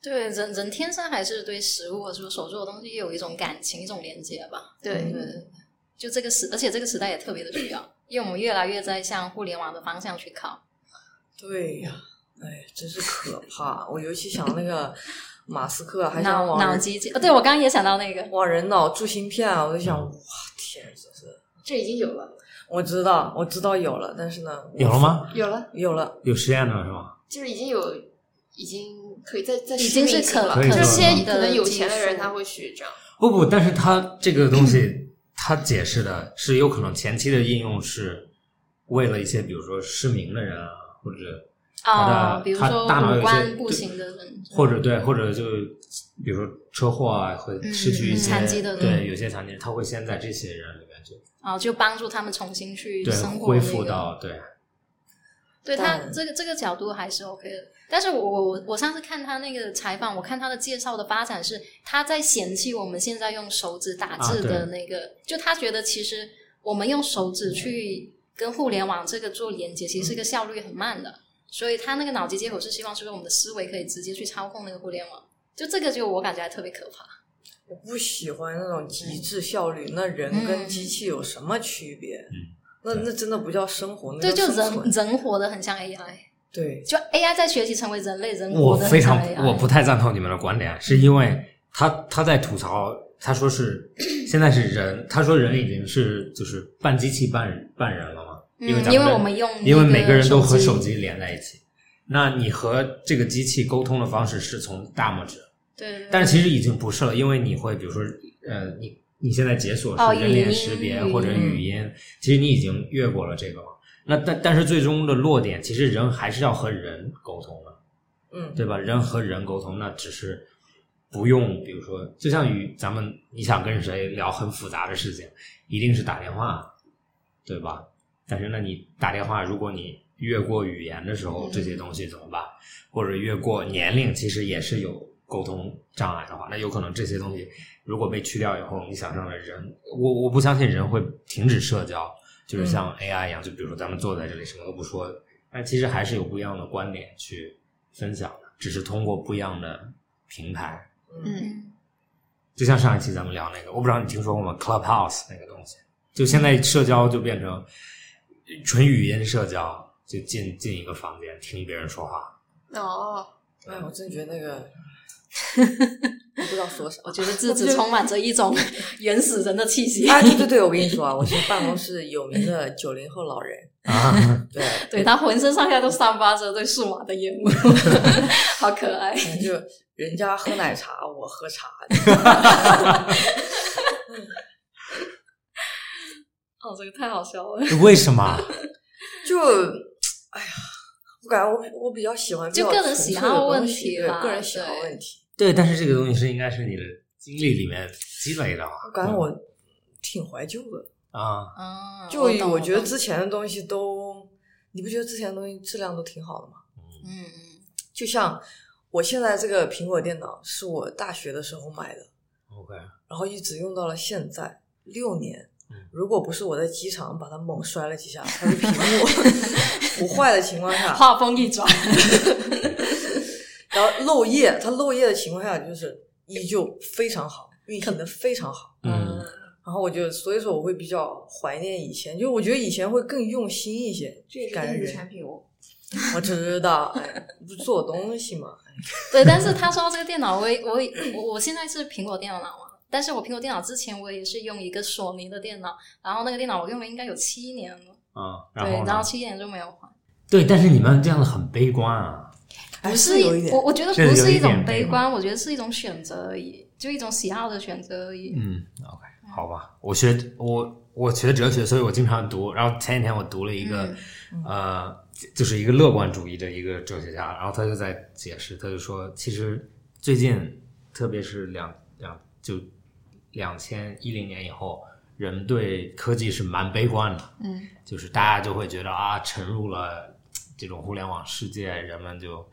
对人人天生还是对食物或者说手做的东西有一种感情、一种连接吧。
对，
对，就这个时，而且这个时代也特别的需要，因为我们越来越在向互联网的方向去靠。
对呀、哎，真是可怕！我尤其想那个马斯克，还想
脑
往
脑
人
机机，哦对我刚刚也想到那个，
往人脑注芯片啊，我就想，哇，天，真是！
这已经有了，
我知道，我知道有了，但是呢，我
有了？吗？
有了，
有了，
有实验了是吗？
就是已经有，已经可以在在
已经是可
了。
可以
这
做
些
了
可能有钱的
技
人
术
他会去这样，
不不，但是它这个东西，它解释的是有可能前期的应用是为了一些比如说失明的人啊，或者他的、
啊、比如
他
说
大脑有一些
五官不行的人，
或者对，或者就比如说车祸啊，会失去一
嗯
些、
残疾的人
对，有些残疾人他会先在这些人里面就
啊，就帮助他们重新去
对
生活、那个、
恢复到对，
对他
但
这个这个角度还是 OK 的。但是我我我我上次看他那个采访，我看他的介绍的发展是他在嫌弃我们现在用手指打字的
啊对
那个，就他觉得其实我们用手指去跟互联网这个做连接，其实是
嗯
个效率很慢的。所以他那个脑机接口是希望，就是我们的思维可以直接去操控那个互联网。就这个，就我感觉还特别可怕。
我不喜欢那种极致效率。那人
嗯
跟机器有什么区别？
嗯
那那真的不叫生活，那
对，
叫
就
生
人
存。
人活得很像 AI，
对，
就 AI 在学习成为人类，人
我
活得
非
很像
常
AI。
我不太赞同你们的观点，是因为他他在吐槽，他说 是现在是人，他说人已经是就是半机器半人半人了嘛，
嗯
因为咱们
因为
人
我们用
因为
那个
每个人都和
手
手机
机
连在一起，那你和这个机器沟通的方式是从大拇指，
对对，
但是其实已经不是了，因为你会比如说呃你。你现在解锁
哦
是人
语
脸
音
识别
语音
或者语音，其实你已经越过了这个了。那但但是最终的落点，其实人还是要和人沟通的。
嗯，
对吧？人和人沟通，那只是不用，比如说，就像与咱们你想跟谁聊很复杂的事情，一定是打电话，对吧？但是那你打电话，如果你越过语言的时候，这些东西怎么办？或者越过年龄，其实也是有沟通障碍的话，那有可能这些东西如果被去掉以后，你想让人，我我不相信人会停止社交，就是像 AI 一样，就比如说咱们坐在这里什么都不说，但其实还是有不一样的观点去分享的，只是通过不一样的平台。
嗯，
就像上一期咱们聊那个，我不知道你听说过吗？Clubhouse 那个东西，就现在社交就变成纯语音社交，就进进一个房间听别人说话。
哦，
哎，我真觉得那个不知道说啥。
我觉得这只充满着一种 原始人的气息。
啊，对对对，我跟你说啊，我是办公室有名的九零后老人，
啊，
对，
对他浑身上下都散发着对数码的厌 恶， 好可爱。
反正就人家喝奶茶，我喝茶，
哦，这个太好笑了，
为什么？
就哎呀，我感觉我我比较喜欢比较
就个人
纯
喜
粹的
好问
东西
题
对
啦
个人喜好
对
问题。
对，但是这个东西是应该是你的经历里面积累的啊。
我感觉我挺怀旧的，
啊，
嗯，
就
我懂
我觉得
懂
之前的东西都，你不觉得之前的东西质量都挺好的吗？
嗯嗯
就像我现在这个苹果电脑是我大学的时候买的，
OK，
然后一直用到了现在六年
嗯。
如果不是我在机场把它猛摔了几下，它的屏幕 不坏的情况 下，
画风一 转，
然后漏液，它漏液的情况下就是依旧非常好，运行的非常好。
嗯，
然后我就所以说我会比较怀念以前，就我觉得以前会更用心一些，
这也是
感觉
电子
人
产品哦。
我知道，哎，不做东西 嘛，
对。但是他说到这个电脑，我也我也我我现在是苹果电脑嘛，但是我苹果电脑之前我也是用一个索尼的电脑，然后那个电脑我用了应该有七年了，
啊，然
对
后，
然后
呢？
七年就没有换。
对，但是你们这样子很悲观啊。
哎
不
是有一
一，
点
我。我觉得
是
不
有
是
一
一种
点
悲
悲
观，我觉得是一种选择而已，就一种喜好的选择而已。
嗯，OK，好吧，我学我我学哲学，所以我经常读。然后前几天我读了一个、呃，就是一个乐观主义的一个哲学家，然后他就在解释，他就说，其实最近特别是两两就两千一零年以后，人对科技是蛮悲观的，
嗯，
就是大家就会觉得啊，沉入了这种互联网世界，人们就。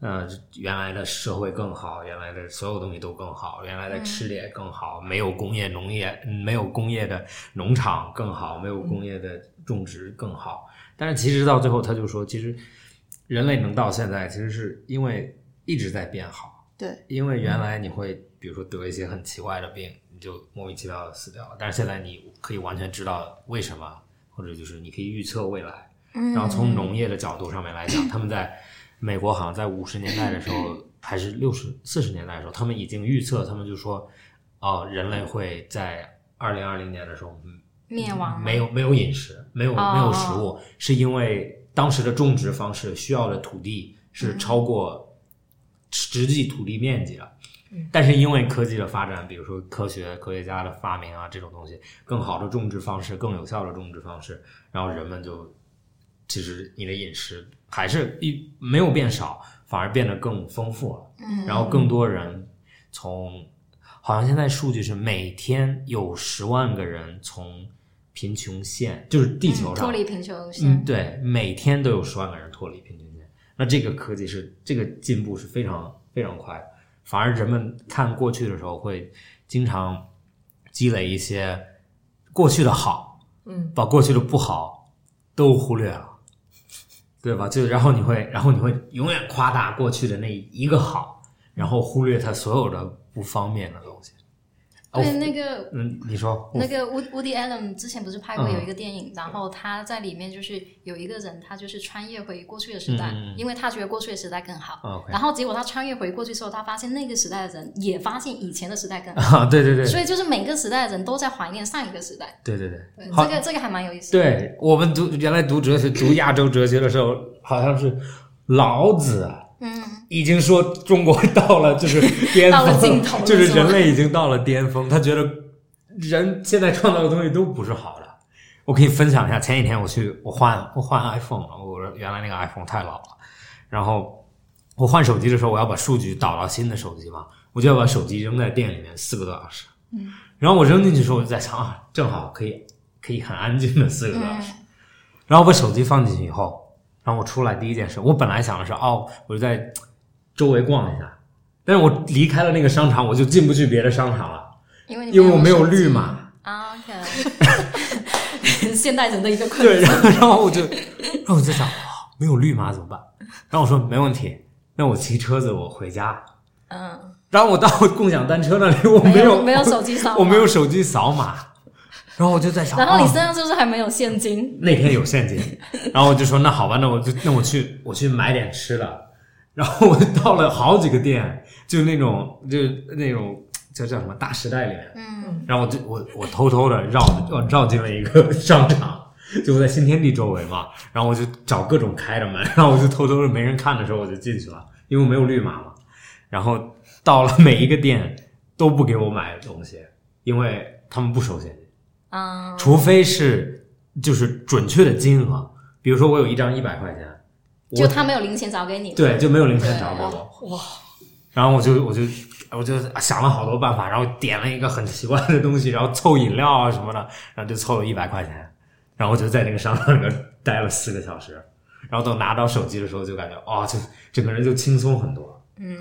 呃，原来的社会更好，原来的所有东西都更好，原来的吃的也更好，没有工业农业，嗯没有工业的农场更好，没有工业的种植更好。但是其实到最后，他就说，其实人类能到现在，其实是因为一直在变好。
对，
因为原来你会比如说得一些很奇怪的病，你就莫名其妙的死掉了，但是现在你可以完全知道为什么，或者就是你可以预测未来。
嗯
然后从农业的角度上面来讲，他们在美国好像在五十年代的时候，还是六十四十年代的时候，他们已经预测，他们就说，哦、人类会在二零二零年的时候嗯
灭亡
没有没有饮食，没有、
哦
没有食物，是因为当时的种植方式需要的土地是
嗯
超过实际土地面积了。
嗯
但是因为科技的发展，比如说科学科学家的发明啊，这种东西，更好的种植方式，更有效的种植方式，然
嗯
后人们就其实你的饮食还是一没有变少，反而变得更丰富了。
嗯
然后更多人从，好像现在数据是每天有十万个人从贫穷线，就是地球上
嗯脱离贫穷线，
嗯，对，每天都有十万个人脱离贫穷线。那这个科技是这个进步是非常非常快的，反而人们看过去的时候会经常积累一些过去的好，
嗯，
把过去的不好都忽略了。对吧？就然后你会，然后你会永远夸大过去的那一个好，然后忽略它所有的不方便的东西。哦
对那个
嗯，你说
那个 Wood Woody Allen 之前不是拍过
嗯
有一个电影，然后他在里面就是有一个人，他就是穿越回过去的时代，
嗯嗯嗯
因为他觉得过去的时代更好。
OK
然后结果他穿越回过去之后，他发现那个时代的人也发现以前的时代更好，
啊， 对对对，
所以就是每个时代的人都在怀念上一个时代。
对对
对
对，好
这，个这个还蛮有意思的。
对我们读原来读哲学，读亚洲哲学的时候，好像是老子啊
嗯，
已经说中国到了 就是巅
到了
峰，
尽头了
就是
是吗
人类已经到了巅峰。他觉得人现在创造的东西都不是好的。我可以分享一下，前几天我去我换我换 iPhone 了，我原来那个 iPhone 太老了，然后我换手机的时候，我要把数据导到新的手机嘛，我就要把手机扔在店里面四个多小时。嗯，然后我扔进去的时候，我就在想啊，正好可以可以很安静的四个多
嗯
小时。然后我把手机放进去以后，然后我出来第一件事，我本来想的是哦，我就在周围逛一下，但是我离开了那个商场，我就进不去别的商场了，
因为你
因为我没有
手机
绿码。
啊，OK，现 代人的一个困
对，
扰。
然后然后我就，然后我就想，哇没有绿码怎么办？然后我说没问题，那我骑车子我回家。
嗯，
然后我到共享单车那里，我
没
有
没有手机扫码
我没有手机扫码。然后我就在想，
然后你
哦
身上是不是还没有现金？
那天有现金，然后我就说那好吧，那我就那我去我去买点吃的，然后我就到了好几个店，就是那种就是那种叫叫什么大时代里面，
嗯，
然后我就我我偷偷的绕我绕进了一个 商场。就我在新天地周围嘛，然后我就找各种开的门，然后我就偷偷的没人看的时候我就进去了，因为我没有绿码嘛。然后到了每一个店都不给我买东西，因为他们不收现金。
啊，
除非是就是准确的金额，比如说我有一张一百块钱，我
就他没有零钱找给你，
对就没有零钱找给我，哇！然后我就我就我就想了好多办法，然后点了一个很奇怪的东西，然后凑饮料啊什么的，然后就凑了一百块钱，然后我就在那个商场里面待了四个小时，然后等拿到手机的时候就感觉哦，就整个人就轻松很多。
嗯，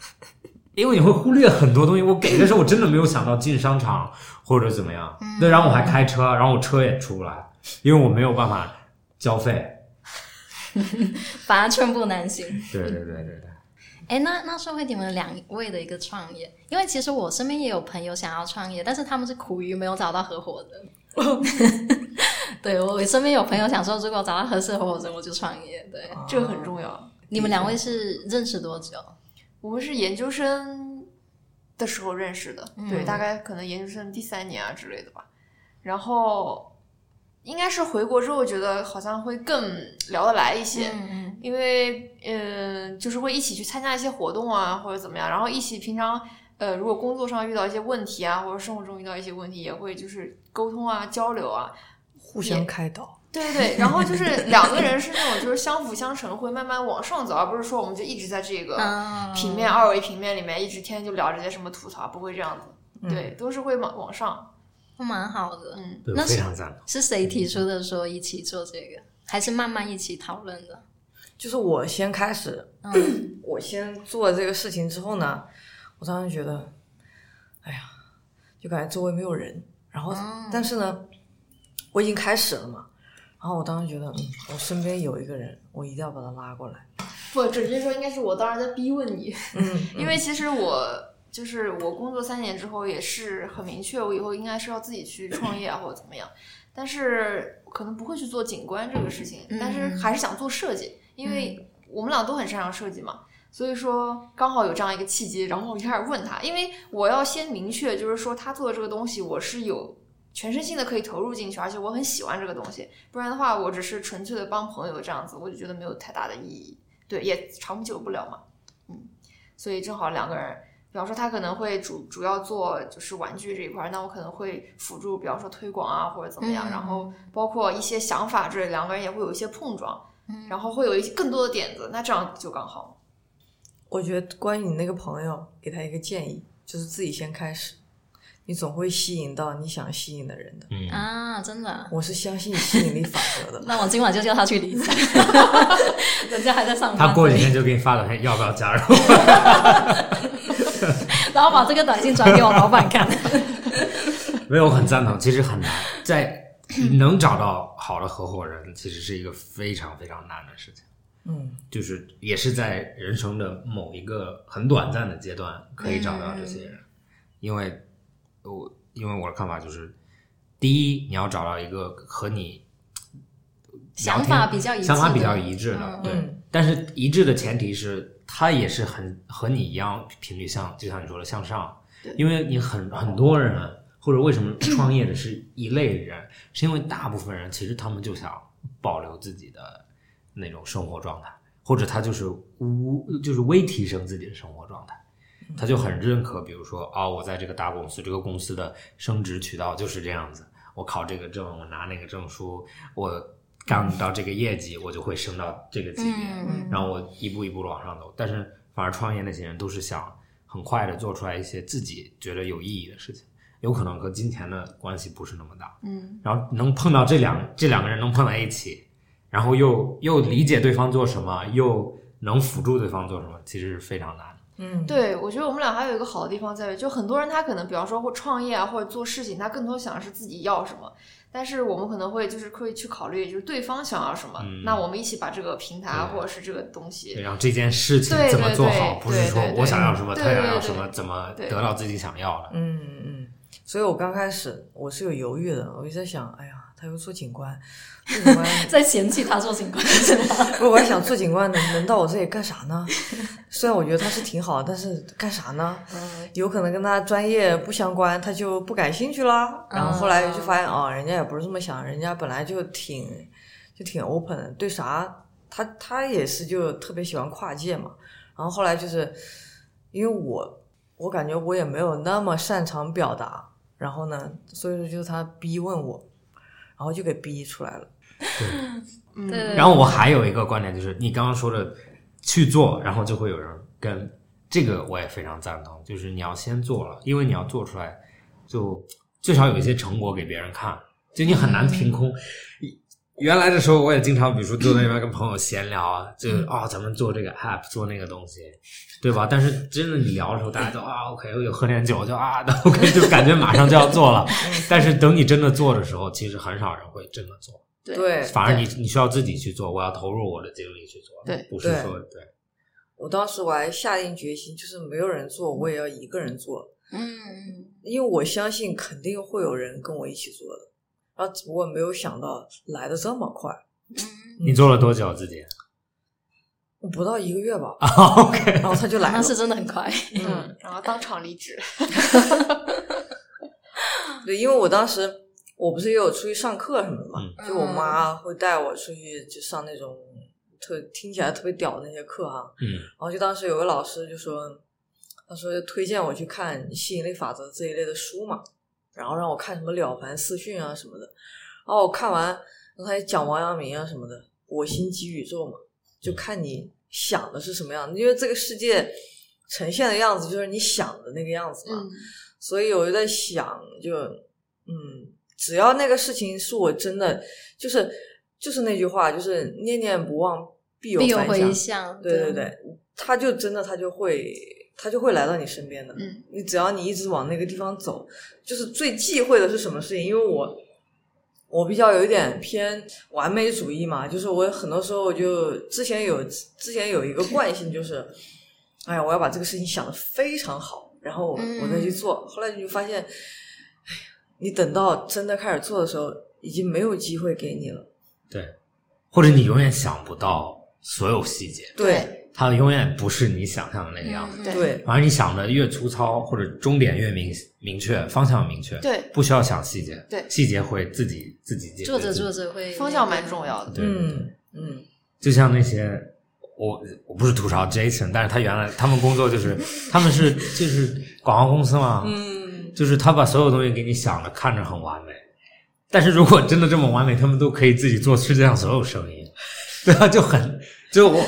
因为你会忽略很多东西。我给的时候，我真的没有想到进商场或者怎么样。
嗯
对，然后我还开车，然后我车也出不来，因为我没有办法交费。
反而寸步难行。
对对对对对，
哎，那那说回你们两位的一个创业，因为其实我身边也有朋友想要创业，但是他们是苦于没有找到合伙 人。对我身边有朋友想说，如果找到合适的合伙人，我就创业。对，
这
啊
个很重要。
你们两位是认识多久？
我们是研究生的时候认识的，对，大概可能研究生第三年啊之类的吧。然后应该是回国之后，觉得好像会更聊得来一些，
嗯
因为嗯、呃就是会一起去参加一些活动啊，或者怎么样，然后一起平常呃，如果工作上遇到一些问题啊，或者生活中遇到一些问题，也会就是沟通啊、交流啊，
互相开导，
对 对，然后就是两个人是那种就是相辅相成，会慢慢往上走，而不是说我们就一直在这
嗯，
个
啊
平面、二维平面里面一直天天就聊这些什么吐槽，不会这样子。对，都是会往往上。
哦蛮好的。
嗯，
对
那
我
是
非常赞同。
是谁提出的说一起做这个，还是慢慢一起讨论的？
就是我先开始，
嗯
我先做这个事情之后呢，我当时觉得，哎呀，就感觉周围没有人，然后、
嗯
但是呢，我已经开始了嘛，然后我当时觉得，嗯，我身边有一个人，我一定要把他拉过来，
不，准确说应该是我当时在逼问你，
嗯，
因为其实我就是我工作三年之后也是很明确，我以后应该是要自己去创业啊或者怎么样，但是可能不会去做景观这个事情，但是还是想做设计，因为我们俩都很擅长设计嘛。所以说，刚好有这样一个契机，然后我就开始问他，因为我要先明确，就是说他做的这个东西，我是有全身心的可以投入进去，而且我很喜欢这个东西，不然的话，我只是纯粹的帮朋友这样子，我就觉得没有太大的意义，对，也长久不了嘛。嗯所以正好两个人，比方说他可能会主主要做就是玩具这一块儿，那我可能会辅助，比方说推广啊或者怎么样，
嗯
然后包括一些想法之类，两个人也会有一些碰撞，
嗯
然后会有一些更多的点子，那这样就刚好。
我觉得关于你那个朋友，给他一个建议，就是自己先开始，你总会吸引到你想吸引的人的。
嗯，
啊，真的啊。
我是相信吸引力法则的，
那我今晚就叫他去离职，人家还在上班。
他过几天就给你发短信要不要加入，
然后把这个短信转给我老板看。
没有，我很赞同。其实很难，在能找到好的合伙人，其实是一个非常非常难的事情。
嗯，
就是也是在人生的某一个很短暂的阶段可以找到这些人，因为我因为我的看法就是，第一你要找到一个和你
想法
聊天
比较一致的
想法比较一致的
嗯，
对
嗯，
但是一致的前提是他也是很和你一样频率向，就像你说的向上，因为你很很多人啊或者为什么创业的是一类人，是因为大部分人其实他们就想保留自己的那种生活状态，或者他就是无就是微提升自己的生活状态。他就很认可，比如说啊、我在这个大公司，这个公司的升职渠道就是这样子，我考这个证，我拿那个证书，我干到这个业绩，我就会升到这个级别。
嗯
然后我一步一步地往上走。但是反而创业那些人都是想很快的做出来一些自己觉得有意义的事情，有可能和金钱的关系不是那么大。
嗯，
然后能碰到这两这两个人能碰在一起，然后又又理解对方做什么，又能辅助对方做什么，其实是非常难的。
嗯，
对，我觉得我们俩还有一个好的地方在于，就很多人他可能比方说会创业啊，或者做事情，他更多想的是自己要什么。但是我们可能会就是会去考虑，就是对方想要什么，
嗯
那我们一起把这个平台啊
对
或者是这个东西
对然后这件事情
对
怎么做
对
好，
对
不是说
对对
我想要什么，他
对
想
对
要
对
什么，
对
怎么
对
得到自己想要的。
嗯嗯嗯，所以我刚开始我是有犹豫的，我就在想，哎呀，他他又做警官，做警官
在嫌弃他做警官是吗？
不是，我还想做警官能能到我这里干啥呢？ 虽然我觉得他是挺好，但是干啥呢？
嗯
有可能跟他专业不相关，他就不感兴趣啦。然后后来就发现啊、人家也不是这么想，人家本来就挺就挺 open，的对啥他他也是就特别喜欢跨界嘛。然后后来就是因为我我感觉我也没有那么擅长表达，然后呢，所以说就是他逼问我，然后就给逼出来了。
嗯
对
然后我还有一个观点就是，你刚刚说的去做，然后就会有人跟这个我也非常赞同，就是你要先做了，因为你要做出来，就至少有一些成果给别人看，就你很难凭空。原来的时候，我也经常，比如说坐在那边跟朋友闲聊啊，就啊、咱们做这个 app，做那个东西，对吧？但是真的你聊的时候，大家都啊 OK，又喝点酒就啊 OK，就感觉马上就要做了。但是等你真的做的时候，其实很少人会真的做。
对
对，
反而你你需要自己去做，我要投入我的精力去做，
对
不是
对
说对，
我当时我还下定决心，就是没有人做，我也要一个人做，
嗯，
因为我相信肯定会有人跟我一起做的。然后只不过没有想到来的这么快，
你做了多久自己
不到一个月吧，
啊？OK，
然后他就来
那
了。
是真的很快。
嗯，
嗯，然后当场离 职。
嗯
对，因为我当时我不是也有出去上课什么的嘛，
嗯
就我妈会带我出去就上那种特听起来特别屌的那些课啊。
嗯
然后就当时有个老师就说，他说推荐我去看吸引力法则这一类的书嘛，然后让我看什么了凡四训啊什么的。然后我看完，然后他也讲王阳明啊什么的，我心即宇宙嘛，就看你想的是什么样的，因为这个世界呈现的样子就是你想的那个样子嘛。
嗯
所以我就在想，就嗯，只要那个事情是我真的，就是就是那句话，就是念念不忘必有
必有
反
回
响。
响，
对对对，他就真的他就会他就会来到你身边的。
嗯，
你只要你一直往那个地方走，就是最忌讳的是什么事情？因为我我比较有一点偏完美主义嘛，就是我很多时候我就之前有之前有一个惯性，就是哎呀，我要把这个事情想的非常好，然后
嗯
我再去做。后来你就发现，哎呀，你等到真的开始做的时候，已经没有机会给你了。
对，或者你永远想不到所有细节，
对
它永远不是你想象的那个
嗯
样子。
对
对
反而你想的越粗糙，或者终点越明明确，方向明确，
对
不需要想细节，
对
细节会自己自己解决。
做着做，着会
方向蛮重要的。
对，对
嗯嗯。
就像那些我我不是吐槽 Jason，但是他原来他们工作就是他们是 就是广告公司嘛，
嗯，
就是他把所有东西给你想的看着很完美，但是如果真的这么完美，他们都可以自己做世界上所有生意，对啊，就很就我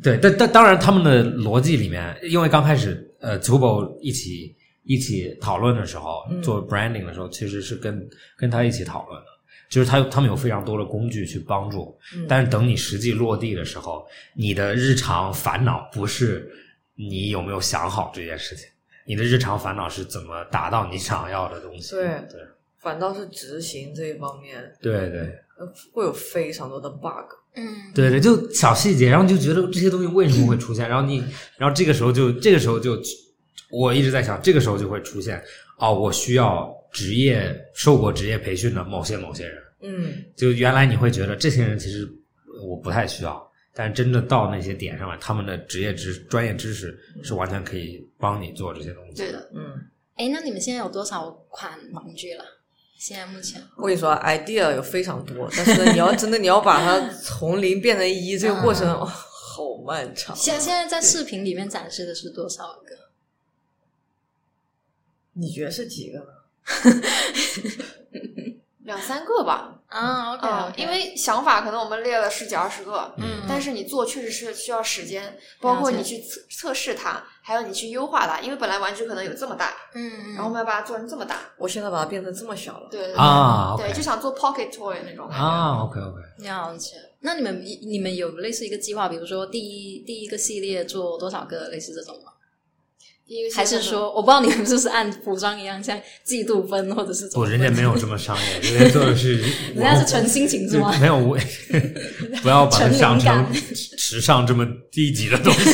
对，但但当然他们的逻辑里面，因为刚开始呃 t u b o 一起一起讨论的时候，做 branding 的时候，其实是跟跟他一起讨论的。就是他，他们有非常多的工具去帮助，
嗯
但是等你实际落地的时候，你的日常烦恼不是你有没有想好这件事情，你的日常烦恼是怎么达到你想要的东西。
对
对
反倒是执行这一方面
对对
呃会有非常多的 bug。
嗯，
对对，就小细节，然后你就觉得这些东西为什么会出现，然后你，然后这个时候就这个时候就，我一直在想，这个时候就会出现哦，我需要职业受过职业培训的某些某些人，
嗯，
就原来你会觉得这些人其实我不太需要，但真的到那些点上来，他们的职业知专业知识是完全可以帮你做这些东西。
对的，
嗯，
哎，那你们现在有多少款玩具了？现在目前
我跟你说啊，idea 有非常多，但是呢，你要真的你要把它从零变成一，这个过程、哇好漫长。
现现在在视频里面展示的是多少个？
你觉得是几个呢？
两三个吧，
啊
啊、
，OK，
因为想法可能我们列了十几二十个，
嗯，
但是你做确实是需要时间，包括你去测测试它，还有你去优化它，因为本来玩具可能有这么大，
嗯，
然后我们要把它做成这么大，
我现在把它变成这么小了。
对对对，
啊
对，
，OK
就想做 pocket toy 那种感觉。
啊，OK OK，
了解。那你们你们有类似一个计划，比如说第一第一个系列做多少个类似这种吗？
第一个
还是说我不知道你们是不是按服装一样，像季度分或者是怎
不，
么？
人家没 有这么商业，人家做的是
人家是纯心情是吗？
没有我， 不要把它想
纯
成
灵
时尚这么低级的东西。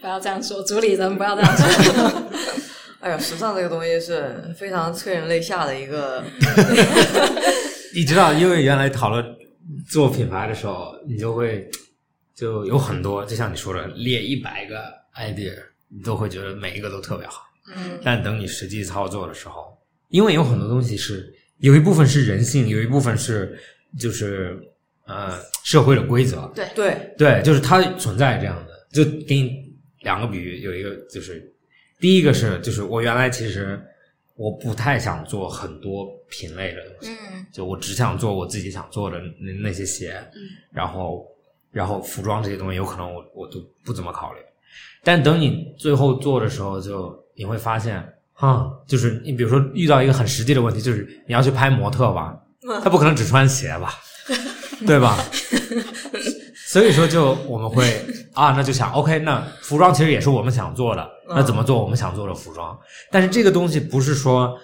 不要这样说，主理人不要这样说。
哎呀，时尚这个东西是非常催人泪下的一个，
你知道，因为原来讨论做品牌的时候，你就会就有很多，就像你说的，列一百个 idea，你都会觉得每一个都特别好。
嗯，
但等你实际操作的时候，因为有很多东西是有一部分是人性，有一部分是就是呃社会的规则，
对
对，
对，就是它存在这样的。就给你两个比喻，有一个就是第一个是就是我原来其实我不太想做很多品类的东西，
嗯
就我只想做我自己想做的那那些鞋，
嗯
然后然后服装这些东西有可能我我都不怎么考虑，但等你最后做的时候就，你会发现，哈、就是你比如说遇到一个很实际的问题，就是你要去拍模特吧，他不可能只穿鞋吧，对吧？所以说，就我们会啊，那就想，OK，那服装其实也是我们想做的，那怎么做我们想做的服装？但是这个东西不是说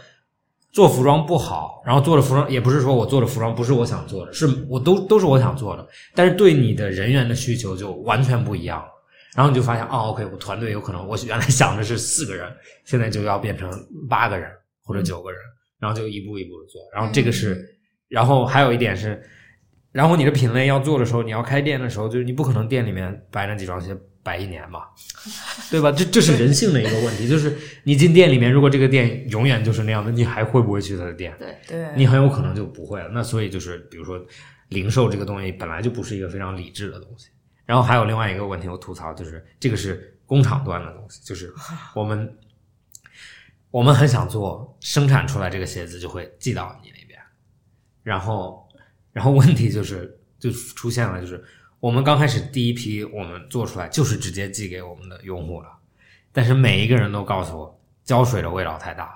做服装不好，然后做的服装也不是说我做的服装不是我想做的，是我都都是我想做的，但是对你的人员的需求就完全不一样了。然后你就发现，哦，OK，我团队有可能我原来想的是四个人，现在就要变成八个人或者九个人，然后就一步一步的做。然后这个是，然后还有一点是，然后你的品类要做的时候，你要开店的时候，就是你不可能店里面摆那几双鞋摆一年吧，对吧？这这是人性的一个问题，就是你进店里面，如果这个店永远就是那样的，你还会不会去他的店？
对，
对，
你很有可能就不会了。那所以就是，比如说零售这个东西本来就不是一个非常理智的东西。然后还有另外一个问题，我吐槽就是这个是工厂端的东西，就是我们我们很想做生产出来这个鞋子就会寄到你那边，然后然后问题就是就出现了，就是我们刚开始第一批我们做出来就是直接寄给我们的用户了，但是每一个人都告诉我胶水的味道太大了。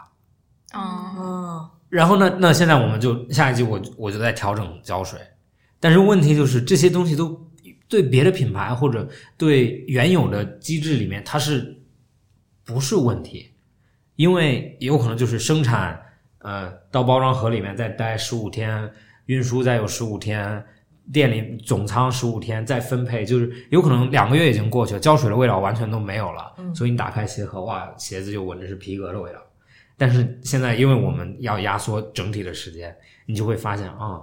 嗯
哦
啊，
然后呢，那现在我们就下一季我我就在调整胶水，但是问题就是这些东西都对别的品牌或者对原有的机制里面它是不是问题？因为也有可能就是生产，呃，到包装盒里面再待十五天，运输再有十五天，店里总仓十五天再分配，就是有可能两个月已经过去了，胶水的味道完全都没有了，所以你打开鞋盒，哇，鞋子就闻着是皮革的味道。但是现在，因为我们要压缩整体的时间，你就会发现啊、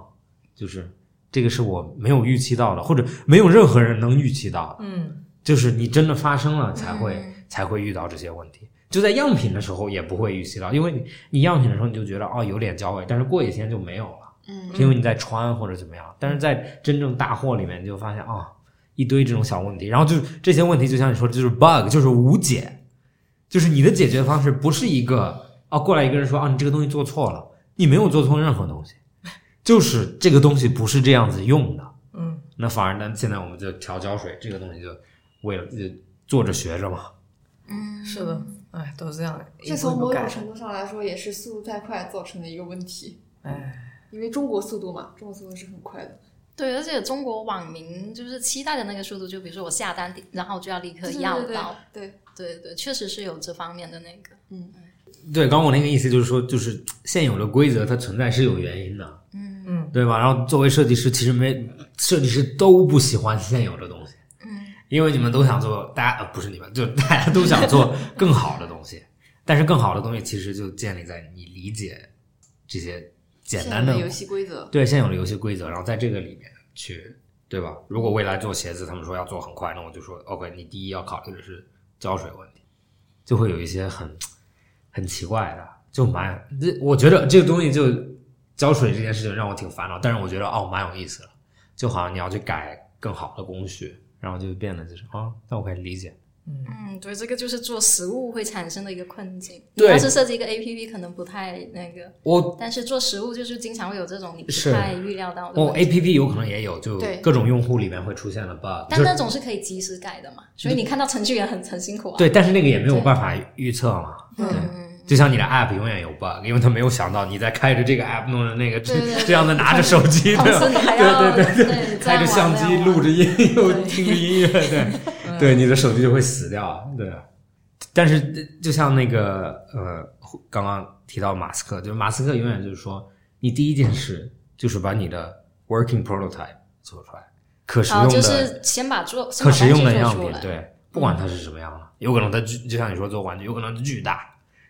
就是这个是我没有预期到的，或者没有任何人能预期到的，
嗯，
就是你真的发生了才会、
嗯
才会遇到这些问题。就在样品的时候也不会预期到，因为你你样品的时候你就觉得哦有点焦味，但是过几天就没有了，
嗯
是因为你在穿或者怎么样。但是在真正大货里面，你就发现啊、一堆这种小问题，然后就这些问题就像你说的，就是 bug，就是无解，就是你的解决方式不是一个啊过来一个人说啊你这个东西做错了，你没有做错任何东西，就是这个东西不是这样子用的。
嗯，
那反而呢，现在我们就调胶水这个东西，就为了就做着学着嘛。
嗯，
是的，哎，都是这样，
这
一步
从
一步
某
改
种，程度上来说也是速度太快造成的一个问题，
哎，
因为中国速度嘛，中国速度是很快的，
对，而且中国网民就是期待的那个速度，就比如说我下单，然后就要立刻
对对
要
对
到，
对，
对对，确实是有这方面的那个，
嗯
对，刚刚我那个意思就是说，就是现有的规则它存在是有原因的，
嗯
嗯，
对吧？然后作为设计师，其实没设计师都不喜欢现有的东西，
嗯，
因为你们都想做，大家、呃、不是你们，就大家都想做更好的东西，但是更好的东西其实就建立在你理解这些简
现
单
在
的
的游戏规则，
对现有的游戏规则，然后在这个里面去，对吧？如果未来做鞋子，他们说要做很快，那我就说 OK，你第一要考虑的是胶水问题，就会有一些很很奇怪的，就蛮这我觉得这个东西就胶水这件事情让我挺烦恼，但是我觉得哦蛮有意思的，就好像你要去改更好的工序，然后就变得就是啊，那我可以理解，
嗯，对，这个就是做实物会产生的一个困境。
对
你要是设计一个 APP，可能不太那个，
我
但是做实物就是经常会有这种你不
是
太预料到的
我
问题。
A P P 有可能也有，就
对
各种用户里面会出现的 bug，
但
就
那
是
种是可以及时改的嘛，所以你看到程序员很很辛苦啊。
对，但是那个也没有办法预测嘛。
嗯，
就像你的 App 永远有 bug，因为他没有想到你在开着这个 App 弄着那个，这
对对对
这样的拿着手机，
同
对
时
吧？
你还要
对对
对
开着相机录着，音，又听着音乐，对， 对，你的手机就会死掉，对。但是就像那个呃，刚刚提到马斯克，就是马斯克永远就是说，你第一件事就是把你的 working prototype 做出来，可
这
使
样
用的、
玩这样玩哦，就是先把做先
可
把
食用
东
的
西做
样
出
品
来，
对，不管它是什么样的，有可能它巨就像你说做玩具，有可能巨大，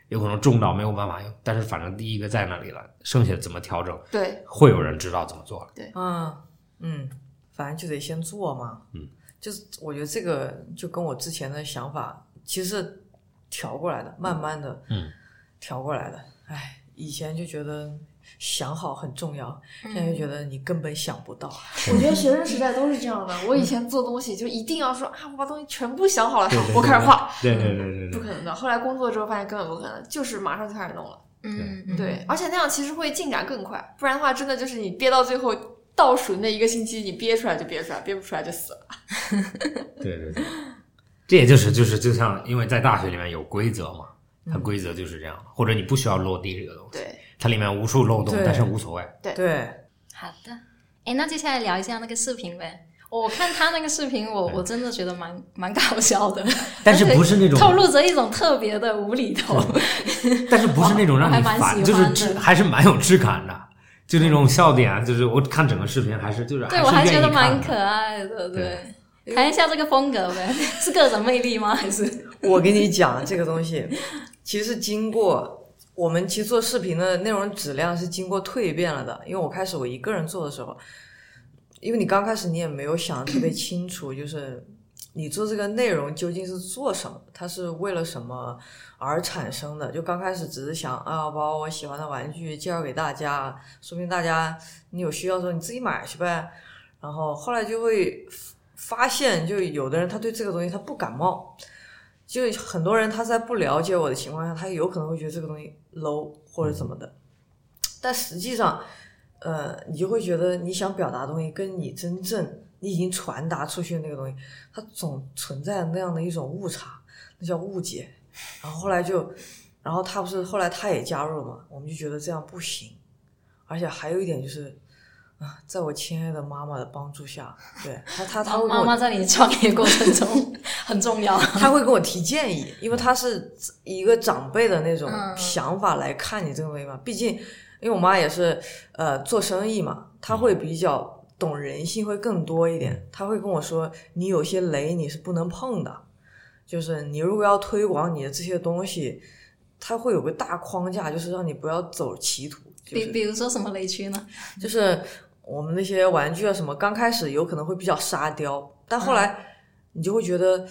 有可能重到没有办法用，但是反正第一个在那里了，剩下怎么调整，
对，
会有人知道怎么做了。
嗯嗯，反正就得先做嘛。
嗯，
就是我觉得这个就跟我之前的想法其实是调过来的，慢慢的，
嗯，
调过来的。哎，以前就觉得想好很重要，现在就
嗯
觉得你根本想不到。
我觉得学生时代都是这样的。我以前做东西就一定要说啊，我把东西全部想好了，
对
好我开始画，。
对对对对
不
对
可
对，
能的。后来工作之后发现根本不可能，就是马上就开始弄了。
嗯，嗯，
对，而且那样其实会进展更快，不然的话，真的就是你憋到最后倒数那一个星期，你憋出来就憋出来，憋不出来就死了。
对对对，这也就是就是就像因为在大学里面有规则嘛，它
嗯
规则就是这样，或者你不需要落地这个东西，
对，
它里面无数漏洞，
对
但是无所谓。
对，
好的。哎，那接下来聊一下那个视频呗。我看他那个视频，我我真的觉得蛮蛮搞笑的，
但是不是那种
透露着一种特别的无厘头。
但是不是那种让你
我还蛮喜
烦，
欢
就是
的
质还是蛮有质感的，就那种笑点啊，就是我看整个视频还是就是
对，我还
是愿
觉
意
得蛮
看
可
的。
爱的。对，谈一下这个风格呗，是个人魅力吗？还是
我跟你讲，这个东西其实经过我们其实做视频的内容质量是经过蜕变了的。因为我开始我一个人做的时候，因为你刚开始你也没有想得特别清楚，就是你做这个内容究竟是做什么，它是为了什么而产生的。就刚开始只是想啊，把我喜欢的玩具介绍给大家，说明大家你有需要的时候你自己买去呗。然后后来就会发现，就有的人他对这个东西他不感冒。就很多人他在不了解我的情况下，他有可能会觉得这个东西 low 或者怎么的，但实际上，呃，你就会觉得你想表达的东西跟你真正你已经传达出去的那个东西，它总存在那样的一种误差，那叫误解。然后后来就，然后他不是后来他也加入了嘛，我们就觉得这样不行，而且还有一点就是。啊，在我亲爱的妈妈的帮助下，对他他他会跟
妈
我
妈在你创业过程中 很重要？
他会给我提建议，因为他是一个长辈的那种
嗯
想法来看你这个东西嘛。毕竟，因为我妈也是呃做生意嘛，她会比较懂人性，会更多一点。她会跟我说，你有些雷你是不能碰的，就是你如果要推广你的这些东西，它会有个大框架，就是让你不要走歧途。就
比
是
比如说什么雷区呢？
就是我们那些玩具啊什么，刚开始有可能会比较沙雕，但后来你就会觉得，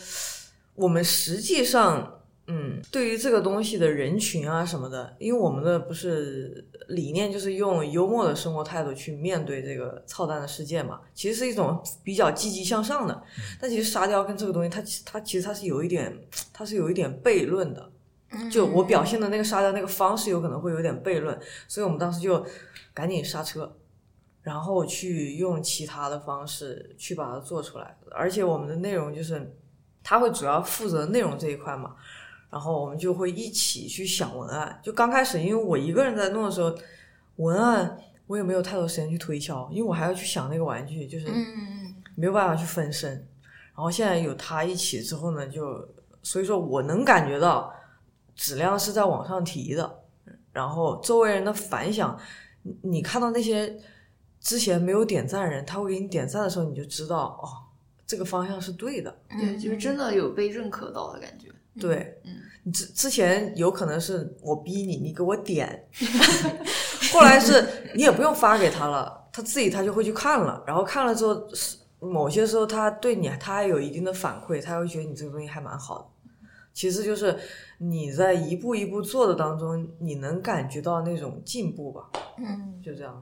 我们实际上，嗯，对于这个东西的人群啊什么的，因为我们的不是理念就是用幽默的生活态度去面对这个操蛋的世界嘛，其实是一种比较积极向上的。但其实沙雕跟这个东西，它其它其实它是有一点，它是有一点悖论的。
嗯
就我表现的那个沙雕那个方式有可能会有点悖论，所以我们当时就赶紧刹车，然后去用其他的方式去把它做出来。而且我们的内容就是，他会主要负责内容这一块嘛，然后我们就会一起去想文案。就刚开始，因为我一个人在弄的时候，文案我也没有太多时间去推敲，因为我还要去想那个玩具，就是
嗯，
没有办法去分身。然后现在有他一起之后呢，就所以说我能感觉到质量是在往上提的，然后周围人的反响，你你看到那些之前没有点赞的人，他会给你点赞的时候，你就知道哦，这个方向是对的。
嗯
对，就是真的有被认可到的感觉。
对，
嗯
你之之前有可能是我逼你，你给我点， 后来是你也不用发给他了，他自己他就会去看了，然后看了之后，是某些时候他对你他还有一定的反馈，他会觉得你这个东西还蛮好的。其次就是你在一步一步做的当中，你能感觉到那种进步吧？
嗯，
就这样的。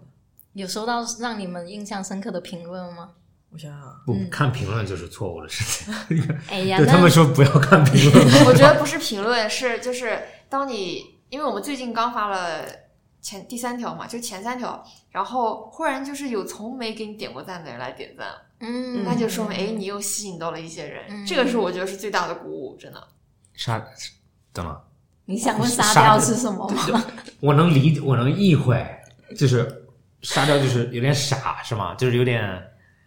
有收到让你们印象深刻的评论吗？
我想想啊，
不
嗯
看评论就是错误的事 情，
哎呀，
对
那
他们说不要看评 论。
我觉得不是评论，是就是当你，因为我们最近刚发了前第三条嘛，就是前三条，然后忽然就是有从没给你点过赞的人来点赞，
嗯，
那就说明哎，你又吸引到了一些人，
嗯
这个是我觉得是最大的鼓舞，真的。
沙，怎么？
你想问沙雕是什么吗？
我能理，我能意会，就是沙雕就是有点傻是吗？就是有点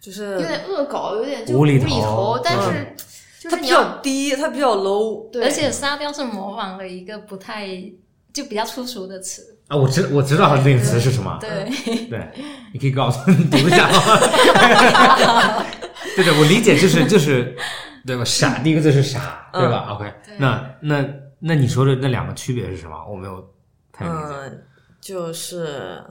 就是
有点恶搞，有点
嗯
就
无厘头嗯
头，但
对
是就
它
是
比
你要
较低，它比较 low。
对，
而且沙雕是模仿了一个不太就比较粗俗的词，
啊，我知我知道那个词是什么，
对，
对，你可以告诉读一下吗？ 对对，我理解就是就是，对吧？傻，第一个字是傻，对吧？OK，
嗯对
那那那你说的那两个区别是什么？我没有太理解。
呃
嗯，就是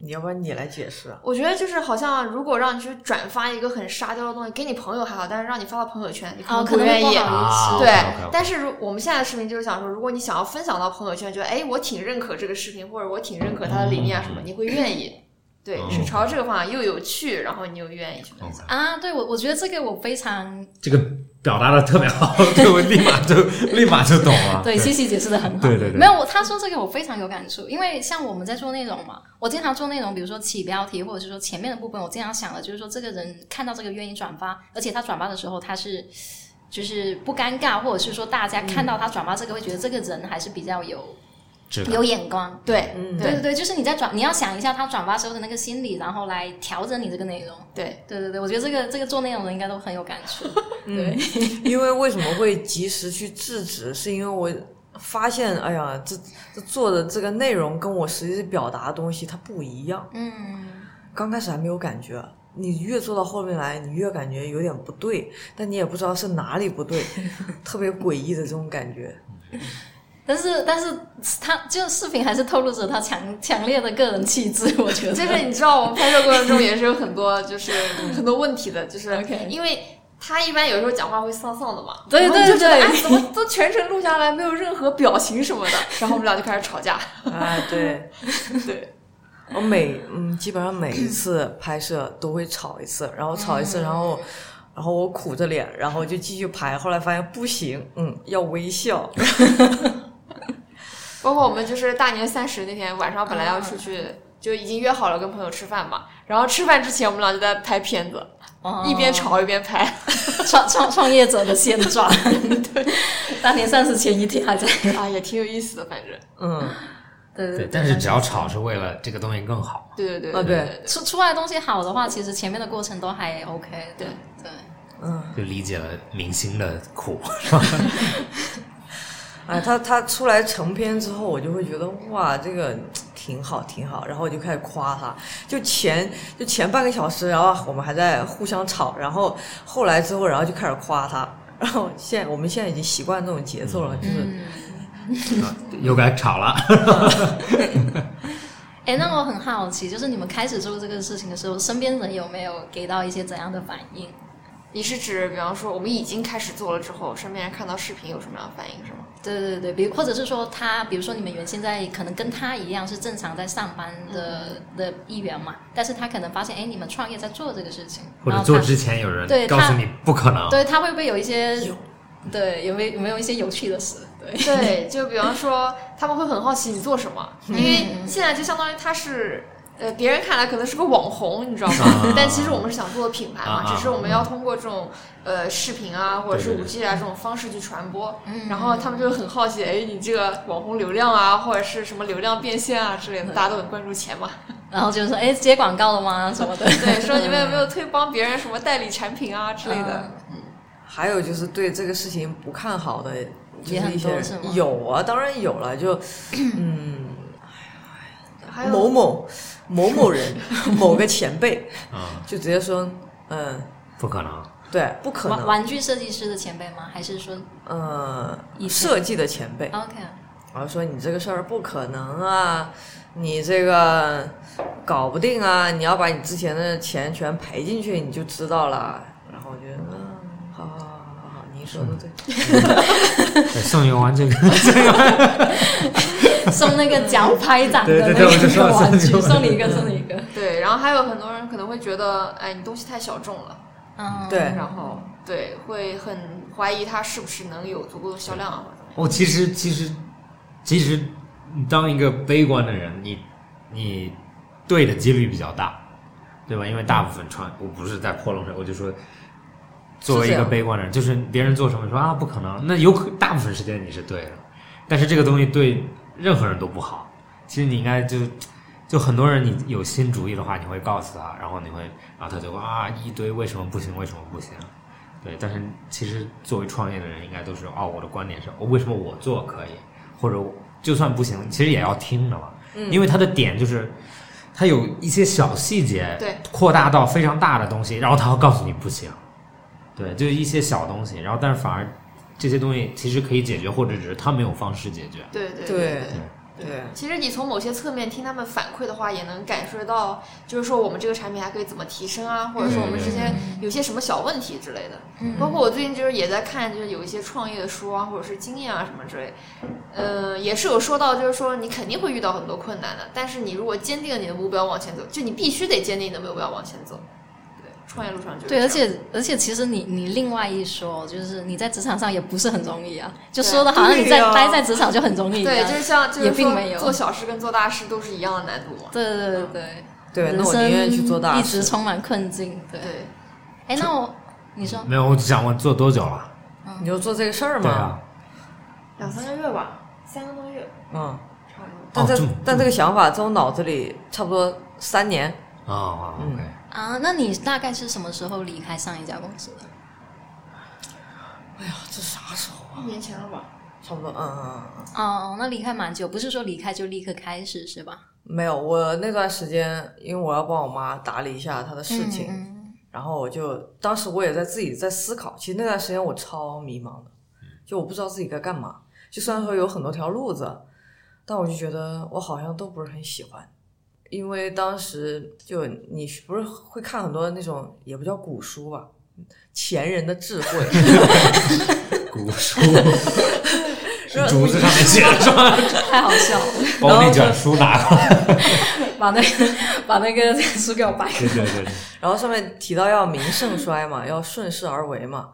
你要不然你来解释啊？
我觉得就是好像，如果让你去转发一个很沙雕的东西，给你朋友还好，但是让你发到朋友圈，你
哦，
不
可能
愿
会
意。
不好意思。
对
OK，OK，OK
但是如我们现在的视频就是想说，如果你想要分享到朋友圈，觉得哎，我挺认可这个视频，或者我挺认可他的理念啊什么，你会愿意。对，
哦
嗯
是朝这个方向又有趣，然后你又愿意去分享。
啊，对我我觉得这个我非常
这个表达的特别 好，对我立马就立马就懂了。
对，西西解释的很好。
啊对对对
没有我他说这个我非常有感触，因为像我们在做内容嘛，我经常做内容，比如说起标题或者是说前面的部分，我经常想的就是说这个人看到这个愿意转发，而且他转发的时候他是。就是不尴尬，或者是说大家看到他转发这个，会觉得这个人还是比较有
这个
有眼光。
对
嗯，
对
对
对对，就是你在转，你要想一下他转发时候的那个心理，然后来调整你这个内容。
对，
对对对，我觉得这个这个做内容的应该都很有感触。对，
因为为什么会及时去制止，是因为我发现，哎呀，这这做的这个内容跟我实际表达的东西它不一样。
嗯，
刚开始还没有感觉，你越做到后面来，你越感觉有点不对，但你也不知道是哪里不对，特别诡异的这种感觉。
但是但是他这个视频还是透露着他强强烈的个人气质， 我觉得。
就是你知道，我们拍摄过程中也是有很多就是很多问题的，就是
OK
因为他一般有时候讲话会丧丧的嘛，
对
然后你就觉得
对对
哎，怎么都全程录下来没有任何表情什么的，然后我们俩就开始吵架。
啊，对，
对，
我每嗯，基本上每一次拍摄都会吵一次，然后吵一次，然后然后我苦着脸，然后就继续拍，后来发现不行，嗯，要微笑，
包括我们就是大年三十那天晚上，本来要出去，就已经约好了跟朋友吃饭嘛。然后吃饭之前，我们俩就在拍片子，
哦
一边吵一边拍。
创创创业者的现状。 对，大年三十前一天还在。
啊，也挺有意思的，反正。
嗯，
对对
对，但是只要吵是为了这个东西更好，
对对对
啊
对
对
对
出出来的东西好的话，其实前面的过程都还 OK 对。对
嗯
就理解了明星的苦。
哎，他他出来成片之后，我就会觉得哇，这个挺好挺好，然后我就开始夸他。就前就前半个小时，然后我们还在互相吵，然后后来之后，然后就开始夸他。然后现在我们现在已经习惯这种节奏了，就是、
嗯
嗯
又该吵了，
哎，那我很好奇，就是你们开始做这个事情的时候，身边人有没有给到一些怎样的反应？
你是指，比方说我们已经开始做了之后，身边人看到视频有什么样的反应是吗？
对对对，比如或者是说他，比如说你们原先在可能跟他一样是正常在上班的、的一员嘛，但是他可能发现，哎，你们创业在做这个事情，
或
然
者
后
做
他
之前有人
对
告
他
诉你不可能，
对他会不会有一些对有没有有没有一些有趣的事？ 对，
对，就比方说他们会很好奇你做什么，
嗯
因为现在就相当于他是。呃，别人看来可能是个网红，你知道吗
啊？
但其实我们是想做品牌嘛
啊，啊
只是我们要通过这种呃视频啊，或者是
对
五
对嗯
G 啊这种方式去传播。然后他们就很好奇，哎，你这个网红流量啊，或者是什么流量变现啊之类
嗯
的，大家都很关注钱嘛。
然后就是说，哎，接广告了吗？什么的，
对，说你们有没有推帮别人什么代理产品啊之类
嗯
的？
还有就是对这个事情不看好的，就
也很
一些
多
人
是吗
有啊，当然有了，就
还有
某某某某 人某个前辈
嗯，
就直接说，嗯，
不可能。
对，不可
玩
能，
玩具设计师的前辈吗？还是说
嗯，
以前
设计的前辈，
OK？啊
然后说你这个事儿不可能啊，你这个搞不定啊，你要把你之前的钱全赔进去，你就知道了。然后我觉得，嗯，好好好好好，你说的对。
对宋游玩这个，
送那个 脚拍掌
对
的
对
那
对我就
个
说
玩具，
送
送你一个，送你
嗯
一个。
对，然后还有很多人可能会觉得，哎，你东西太小众了。
嗯，
对
然后对，会很怀疑它是不是能有足够的销量啊，或者怎么样。
我哦其实其实其实，你当一个悲观的人，你你对的几率比较大，对吧？因为大部分创，我不是在泼冷水，我就说，作为一
是这
个
样
悲观的人，就是别人做什么你说啊不可能，那有可大部分时间你是对的，但是这个东西对任何人都不好。其实你应该就就很多人，你有新主意的话，你会告诉他，然后你会，然后他就会啊一堆为什么不行，为什么不行。对，但是其实作为创业的人，应该都是哦，我的观点是，哦、为什么我做可以，或者我就算不行，其实也要听的嘛。
嗯
因为他的点就是，他有一些小细节，
对，
扩大到非常大的东西，然后他会告诉你不行，对，就是一些小东西，然后但是反而这些东西其实可以解决，或者只是他没有方式解决。
对对
对
对。
对，
其实你从某些侧面听他们反馈的话，也能感受到，就是说我们这个产品还可以怎么提升啊，或者说我们之间有些什么小问题之类的。包括我最近就是也在看，就是有一些创业的书啊，或者是经验啊什么之类。呃，也是有说到，就是说你肯定会遇到很多困难的，但是你如果坚定了你的目标往前走，就你必须得坚定你的目标往前走。对，创业路上就是这
对，而
样
且而且，其实你你另外一说，就是你在职场上也不是很容易啊，就
对
说的好像你在
对啊
待在职场就很容易一样。
对，就是像就
也
是
并
说
没有
做小事跟做大事都是一样的难度嘛。
对对对对
对，那
人
我
生
宁愿去做大
一
事。
直充满困境。对，
对，
哎，那我你说
没有，我只想问做多久了？
你就做这个事儿
对
嘛
啊，，
两三个月吧，三个多月，
嗯。
差不多。
但这
哦这么
但这个想法在我脑子里差不多三年，
啊啊，OK，
啊，那你大概是什么时候离开上一家公司的？
啊这啥时候？啊
一年前了吧？
差不多，嗯嗯嗯。
哦，那离开蛮久，不是说离开就立刻开始是吧？
没有，我那段时间因为我要帮我妈打理一下她的事情，
嗯
然后我就当时我也在自己在思考，其实那段时间我超迷茫的，就我不知道自己该干嘛。就虽然说有很多条路子，但我就觉得我好像都不是很喜欢，因为当时就你不是会看很多那种也不叫古书吧，前人的智慧，
古书是竹子上面写的是吧？
嗯太好笑了，
把我那卷书拿过来。
把那个把那个 书给我掰开。
对对对对，
然后上面提到要名盛衰嘛，
嗯
要顺势而为嘛。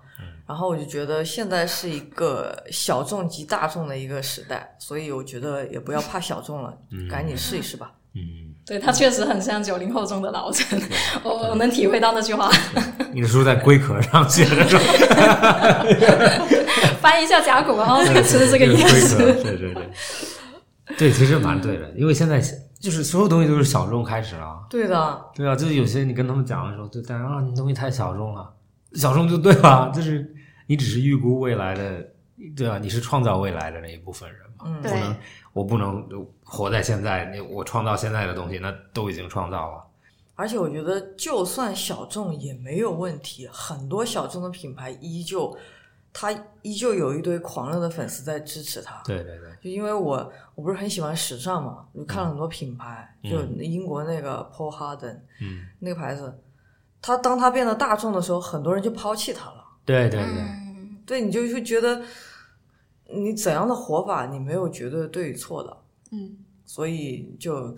然后我就觉得现在是一个小众及大众的一个时代，所以我觉得也不要怕小众了，赶紧试一试吧。
嗯，
对他确实很像九零后中的老陈， 我我能体会到那句话。
你的书在龟壳上写的是吧？
翻一下甲骨文，哦，这个
嗯
词这个
对
意思。
对对对，对，其实蛮对的，因为现在就是所有东西都是小众开始了。
对的，
对啊，就是有些你跟他们讲的时候，就大家啊，你东西太小众了，小众就对了，就是你只是预估未来的，对啊，你是创造未来的那一部分人嘛。
嗯，
对
不能，我不能活在现在，那我创造现在的东西，那都已经创造了。
而且我觉得就算小众也没有问题，很多小众的品牌依旧，它依旧有一堆狂热的粉丝在支持它。
对对对，
就因为我我不是很喜欢时尚嘛，我就看了很多品牌，
嗯
就英国那个 Paul Harden，
嗯，
那个牌子，它当它变得大众的时候，很多人就抛弃它了。
对对对，
嗯，
对，你就会觉得你怎样的活法，你没有绝对对与错的。
嗯，
所以就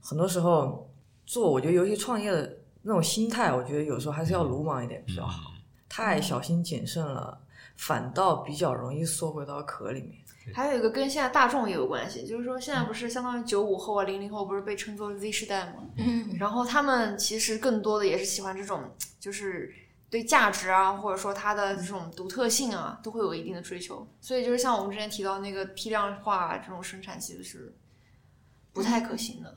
很多时候做，我觉得尤其创业的那种心态，我觉得有时候还是要鲁莽一点比较好。太小心谨慎了，反倒比较容易缩回到壳里面。
还有一个跟现在大众也有关系，就是说现在不是相当于九五后啊、零零后不是被称作 Z 世代吗？
嗯
然后他们其实更多的也是喜欢这种，就是对价值啊，或者说它的这种独特性啊，都会有一定的追求。所以就是像我们之前提到那个批量化这种生产，其实是不太可行的。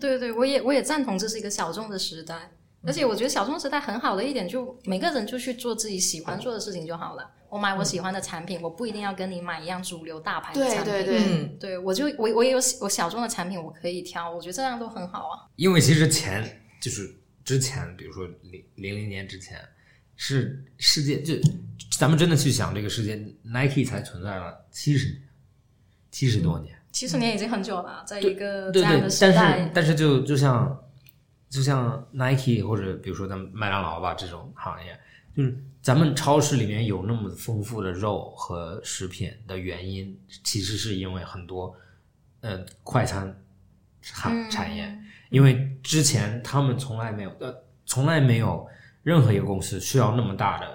对对，我也我也赞同，这是一个小众的时代。而且我觉得小众时代很好的一点，就每个人就去做自己喜欢做的事情就好了。我买我喜欢的产品，我不一定要跟你买一样主流大牌的
对
产品。
对对
嗯，
对我就我我也有我小众的产品，我可以挑，我觉得这样都很好啊。
因为其实前就是之前，比如说零零零年之前，是世界就咱们真的去想这个世界，Nike 才存在了七十年，七十多年。
其实你也已经很久了啊，在一个这
对
样
对
的，时
但是
代，
但是就就像就像 Nike 或者比如说咱们麦当劳吧这种行业，就是咱们超市里面有那么丰富的肉和食品的原因，其实是因为很多呃快餐产
嗯
产业，因为之前他们从来没有呃从来没有任何一个公司需要那么大的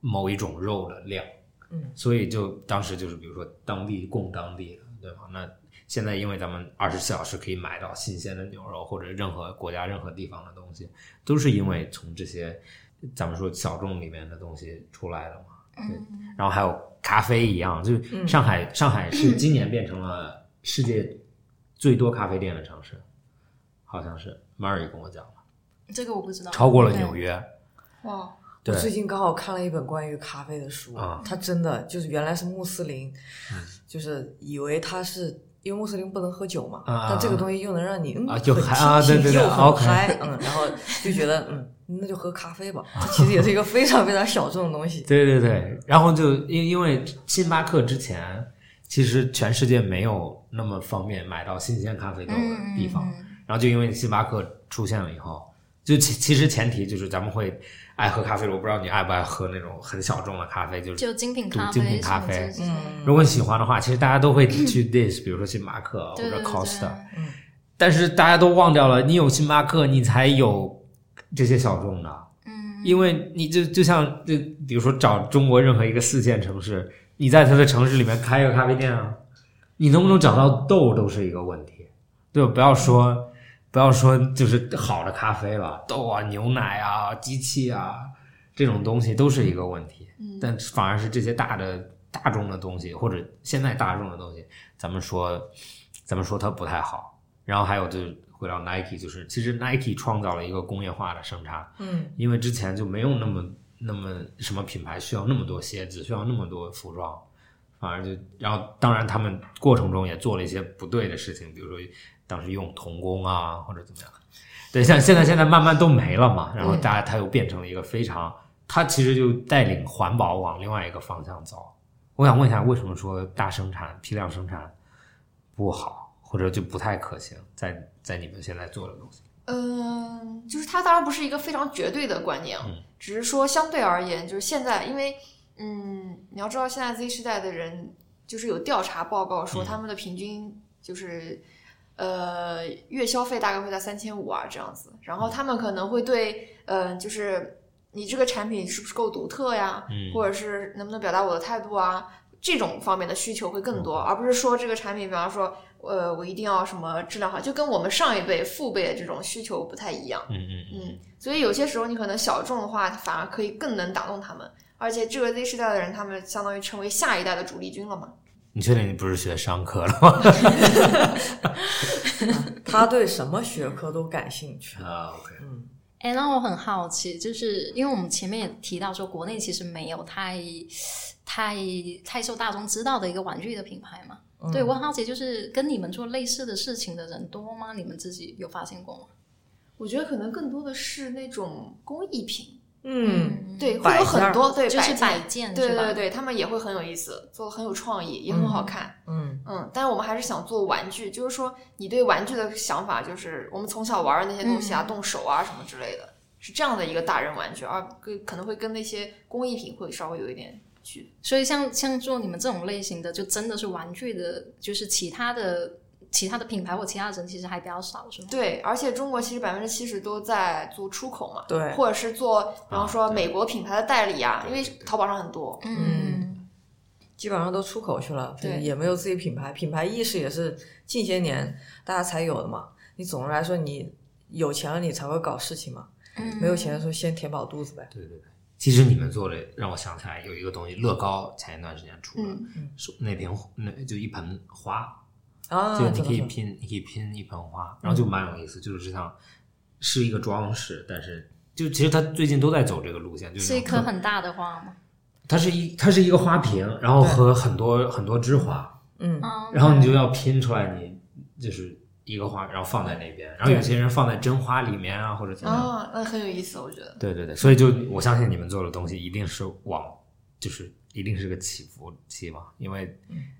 某一种肉的量，
嗯，
所以就当时就是比如说当地供当地的，对吧？那现在因为咱们二十四小时可以买到新鲜的牛肉或者任何国家任何地方的东西，都是因为从这些咱们说小众里面的东西出来的嘛，对。
嗯
然后还有咖啡一样，就是上海，上海
嗯
是今年变成了世界最多咖啡店的城市，好像是 Mary 跟我讲
哦
了，
这个我不知道。
超过了纽约。
哇，
我
对
最近刚好看了一本关于咖啡的书，
啊嗯
他真的就是原来是穆斯林，就是以为他是因为穆斯林不能喝酒嘛，
啊
但这个东西又能让你嗯
啊
很
又
清
嗨啊对
醒
对对
又很
OK
嗨，嗯，然后就觉得嗯，那就喝咖啡吧，这其实也是一个非常非常小众的东西。
对对对，然后就因因为星巴克之前，其实全世界没有那么方便买到新鲜咖啡豆的
嗯
地方，然后就因为星巴克出现了以后，就其其实前提就是咱们会爱喝咖啡，我不知道你爱不爱喝那种很小众的咖啡，就是
就精品
赌
咖
精
啡
品
什
咖
么
啡
之类的，
嗯，
如果你喜欢的话，其实大家都会去 dish，比如说星巴克啊或
嗯对
者
对对
Costa，
对
但是大家都忘掉了，你有星巴克，你才有这些小众的。
嗯，
因为你就就像就比如说找中国任何一个四线城市，你在它的城市里面开一个咖啡店啊，你能不能找到豆都是一个问题，对吧？不要说不要说就是好的咖啡了，豆啊、牛奶啊、机器啊这种东西都是一个问题，
嗯
但反而是这些大的大众的东西或者现在大众的东西，咱们说咱们说它不太好，然后还有就是回到 Nike，就是其实 Nike 创造了一个工业化的生产。
嗯
因为之前就没有那么那么什么品牌需要那么多鞋子，需要那么多服装，反而就然后当然他们过程中也做了一些不对的事情，比如说当时用童工啊或者怎么样，对，像现在现在慢慢都没了嘛，然后大家它又变成了一个非常，它其实就带领环保往另外一个方向走。我想问一下，为什么说大生产、批量生产不好，或者就不太可行？在在你们现在做的东西，
嗯，就是它当然不是一个非常绝对的观念啊，
嗯
只是说相对而言，就是现在，因为嗯，你要知道现在 Z 时代的人，就是有调查报告说
嗯
他们的平均就是、呃月消费大概会在三千五啊这样子，然
嗯
后他们可能会对嗯、呃就是你这个产品是不是够独特呀，
嗯
或者是能不能表达我的态度啊，这种方面的需求会更多，而不是说这个产品，比方说，呃，我一定要什么质量好，就跟我们上一辈、父辈的这种需求不太一样。
嗯嗯
嗯，所以有些时候你可能小众的话，反而可以更能打动他们。而且这个 Z 时代的人，他们相当于成为下一代的主力军了嘛。
你确定你不是学商科的吗？
他对什么学科都感兴趣。
啊，OK，
嗯
哎，那我很好奇，就是因为我们前面也提到说，国内其实没有太、太、太受大众知道的一个玩具的品牌嘛。
嗯
对我很好奇，就是跟你们做类似的事情的人多吗？你们自己有发现过吗？
我觉得可能更多的是那种工艺品，
嗯，
对，会
摆
有
件
很
儿
多对，
就是
摆
摆
件
件
对
是吧？
对对，他们也会很有意思，做的很有创意，也很好看。
嗯
嗯，但是我们还是想做玩具，就是说你对玩具的想法，就是我们从小玩的那些东西啊，
嗯
动手啊什么之类的，是这样的一个大人玩具，而跟可能会跟那些工艺品会稍微有一点区别。
所以像像做你们这种类型的，就真的是玩具的，就是其他的其他的品牌或其他的人其实还比较少，是吗？
对，而且中国其实百分之七十都在做出口嘛，
对
或者是做，比方
啊
说
对
美国品牌的代理啊，
对
因为
对对
淘宝上很多。
嗯
基本上都出口去了，
对
也没有自己品牌，品牌意识也是近些年大家才有的嘛。你总的来说，你有钱了你才会搞事情嘛，
嗯
没有钱的时候先填饱肚子呗。
对对对。其实你们做的让我想起来有一个东西，乐高前一段时间出了，
嗯
是那瓶那就一盆花，
啊，
就
这
你
个
可以
是
拼，你可以拼一盆
嗯
花，然后就蛮有意思，就是像是一个装饰，但是就其实他最近都在走这个路线，就是
是
那
一
种
颗
特
很大的花吗？
它是一它是一个花瓶，然后
对
和很多很多枝花，
嗯，
嗯，
然后你就要拼出来你就是一个花，然后放在那边，然后有些人放在真花里面啊，或者怎么样。
啊，那很有意思，我觉 得。
对对对，所以就我相信你们做的东西一定是往，就是一定是个起伏期嘛，因为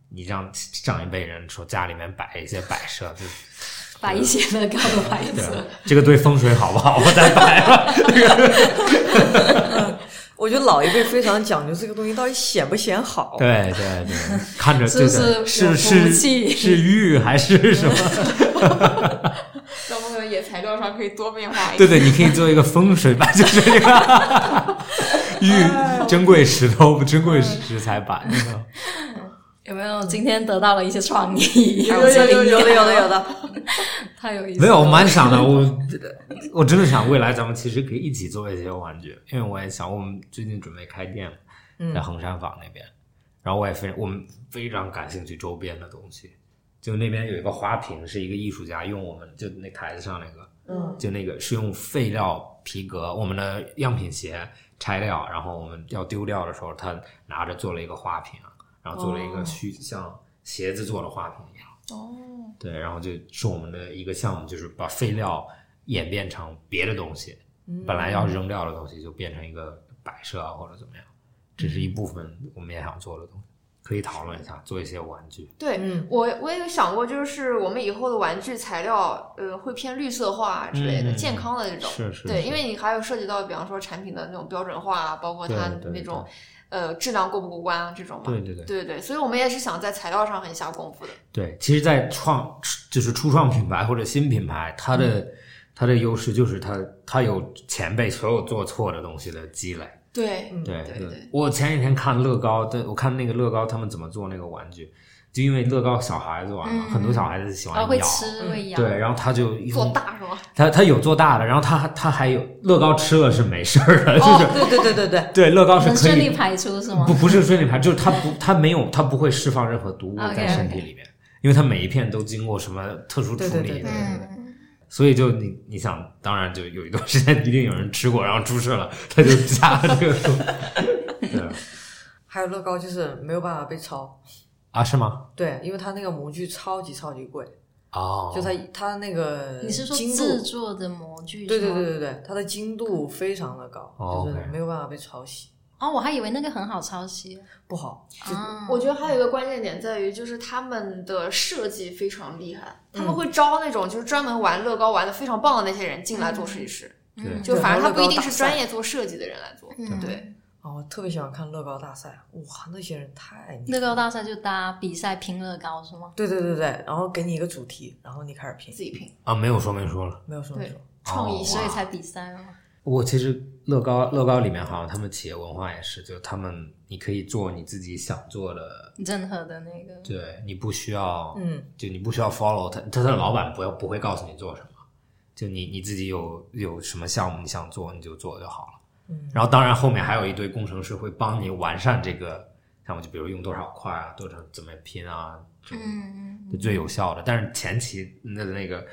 你让上一辈人说家里面摆一些摆设，就
摆一些乐高的牌
对啊
子，
这个对风水好不好？我 再摆了。
我觉得老一辈非常讲究这个东西到底显不显好。
对对对， 看着
是不
就是
有
是
福
是
气
是玉还是什么？
那我们也材料上可以多变化一
对对，你可以做一个风水版，就是这个
哎
玉珍贵石头、珍贵食材版。你知道吗
有没有今天得到了一些 创意？
有 有有有的有的有的，
太有意思了。
没有，我蛮想 的，我我真的想未来咱们其实可以一起做一些玩具，因为我也想，我们最近准备开店了，
嗯
在衡山坊那边，然后我也非我们非常感兴趣周边的东西，就那边有一个花瓶，是一个艺术家用我们就那台子上那个，
嗯
就那个是用废料皮革，我们的样品鞋拆掉，然后我们要丢掉的时候，啊他拿着做了一个花瓶，然后做了一个虚、像鞋子做的花瓶一样，
哦，
对，然后就是我们的一个项目，就是把废料演变成别的东西，
嗯
嗯
本来要扔掉的东西就变成一个摆设啊或者怎么样，这是一部分我们也想做的东西，可以讨论一下，做一些玩具。
对，
嗯
我我也有想过，就是我们以后的玩具材料，呃，会偏绿色化之类的，
嗯
健康的这种。
是是
对，
是
因为你还有涉及到，比方说产品的那种标准化啊，包括它
对对
那种呃质量过不过关啊这种嘛。
对对对
对对，所以我们也是想在材料上很下功夫的。
对，其实，在创就是初创品牌或者新品牌，它的、它的优势就是它它有前辈所有做错的东西的积累。
对，
嗯
对
对对
我前几天看乐高的，我看那个乐高他们怎么做那个玩具，就因为乐高小孩子玩嘛，
嗯
很多小孩子喜欢
然
咬，
后会吃会咬，哦
对，然后他就一
做大是吗？
他他有做大的，然后他他还有乐高吃了是没事儿的，就是、
对对对对对，
对乐高是
能
可
顺利
以
排出是吗
不？不是顺利排，就是它不它没有它不会释放任何毒
哦
物
OK，
在身体里面因为它每一片都经过什么特殊处理，
对对对对
嗯，
所以就你你想，当然就有一段时间一定有人吃过，然后出事了，他就加了这个说，对
还有乐高就是没有办法被抄，
啊是吗？
对，因为它那个模具超级超级贵，
哦，
就它它那个
你是说
精
制
度，
作的模具？
对对对。对嗯对，它的精度非常的高，
哦
就是
，OK
没有办法被抄袭，
哦，我还以为那个很好抄袭
不好，就
啊。
我觉得还有一个关键点在于，就是他们的设计非常厉害，他
嗯
们会招那种就是专门玩乐高玩的非常棒的那些人进来做设计师，
对
嗯
就反正他不一定是
对
专业做设计的人来做。
嗯
对，
啊，我特别喜欢看乐高大赛，哇，那些人太厉害
乐高大赛就搭比赛拼乐高是吗？
对对对对，然后给你一个主题，然后你开始拼
自，己拼
啊没有说没说了，
没有说没
对
说，
创意
哦
是
所以才比赛嘛。
我其实乐高乐高里面好像他们企业文化也是，就他们你可以做你自己想做的，
任何的那个，
对你不需要，
嗯，
就你不需要 follow 他，他的老板不要不会告诉你做什么，就你你自己有有什么项目你想做你就做就好了。
嗯
然后当然后面还有一堆工程师会帮你完善这个项目，就比如用多少块啊，多少怎么拼啊，这种
嗯
就最有效的。但是前期那那个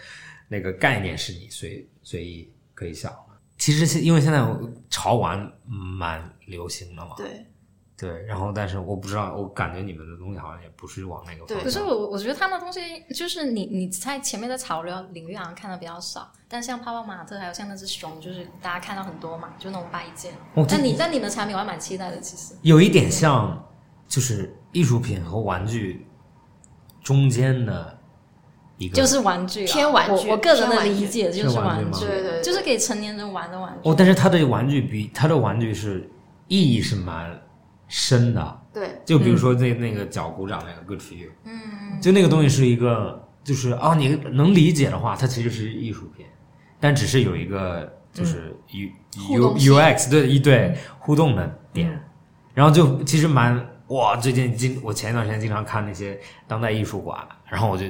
那个概念是你随随意可以想的。其实是因为现在我潮玩蛮流行的嘛，
对
对。然后但是我不知道，我感觉你们的东西好像也不是往那个方
对
向。
可是我我觉得他们的东西就是你你在前面的潮流领域好像看的比较少，但像泡泡玛特还有像那只熊，就是大家看到很多嘛，就那种摆件。
哦这
但你但你们产品我还蛮期待的，其实。
有一点像，就是艺术品和玩具中间的一个，
就是玩具啦，
偏玩具
我我个人
偏
的
玩具
理解就是
玩具
玩
吗
具，
对对对
就是给成年人玩的玩具。
哦，但是它的玩具比它的玩具是意义是蛮深的，
对
就比如说那、那个脚鼓掌那个 Good for you，
嗯，
就那个东西是一个，就是哦，你能理解的话，它其实是艺术品，但只是有一个就是 U、
嗯互
U
动性
U X 对一对互动的点，然后就其实蛮哇，最近经我前一段时间经常看那些当代艺术馆，然后我就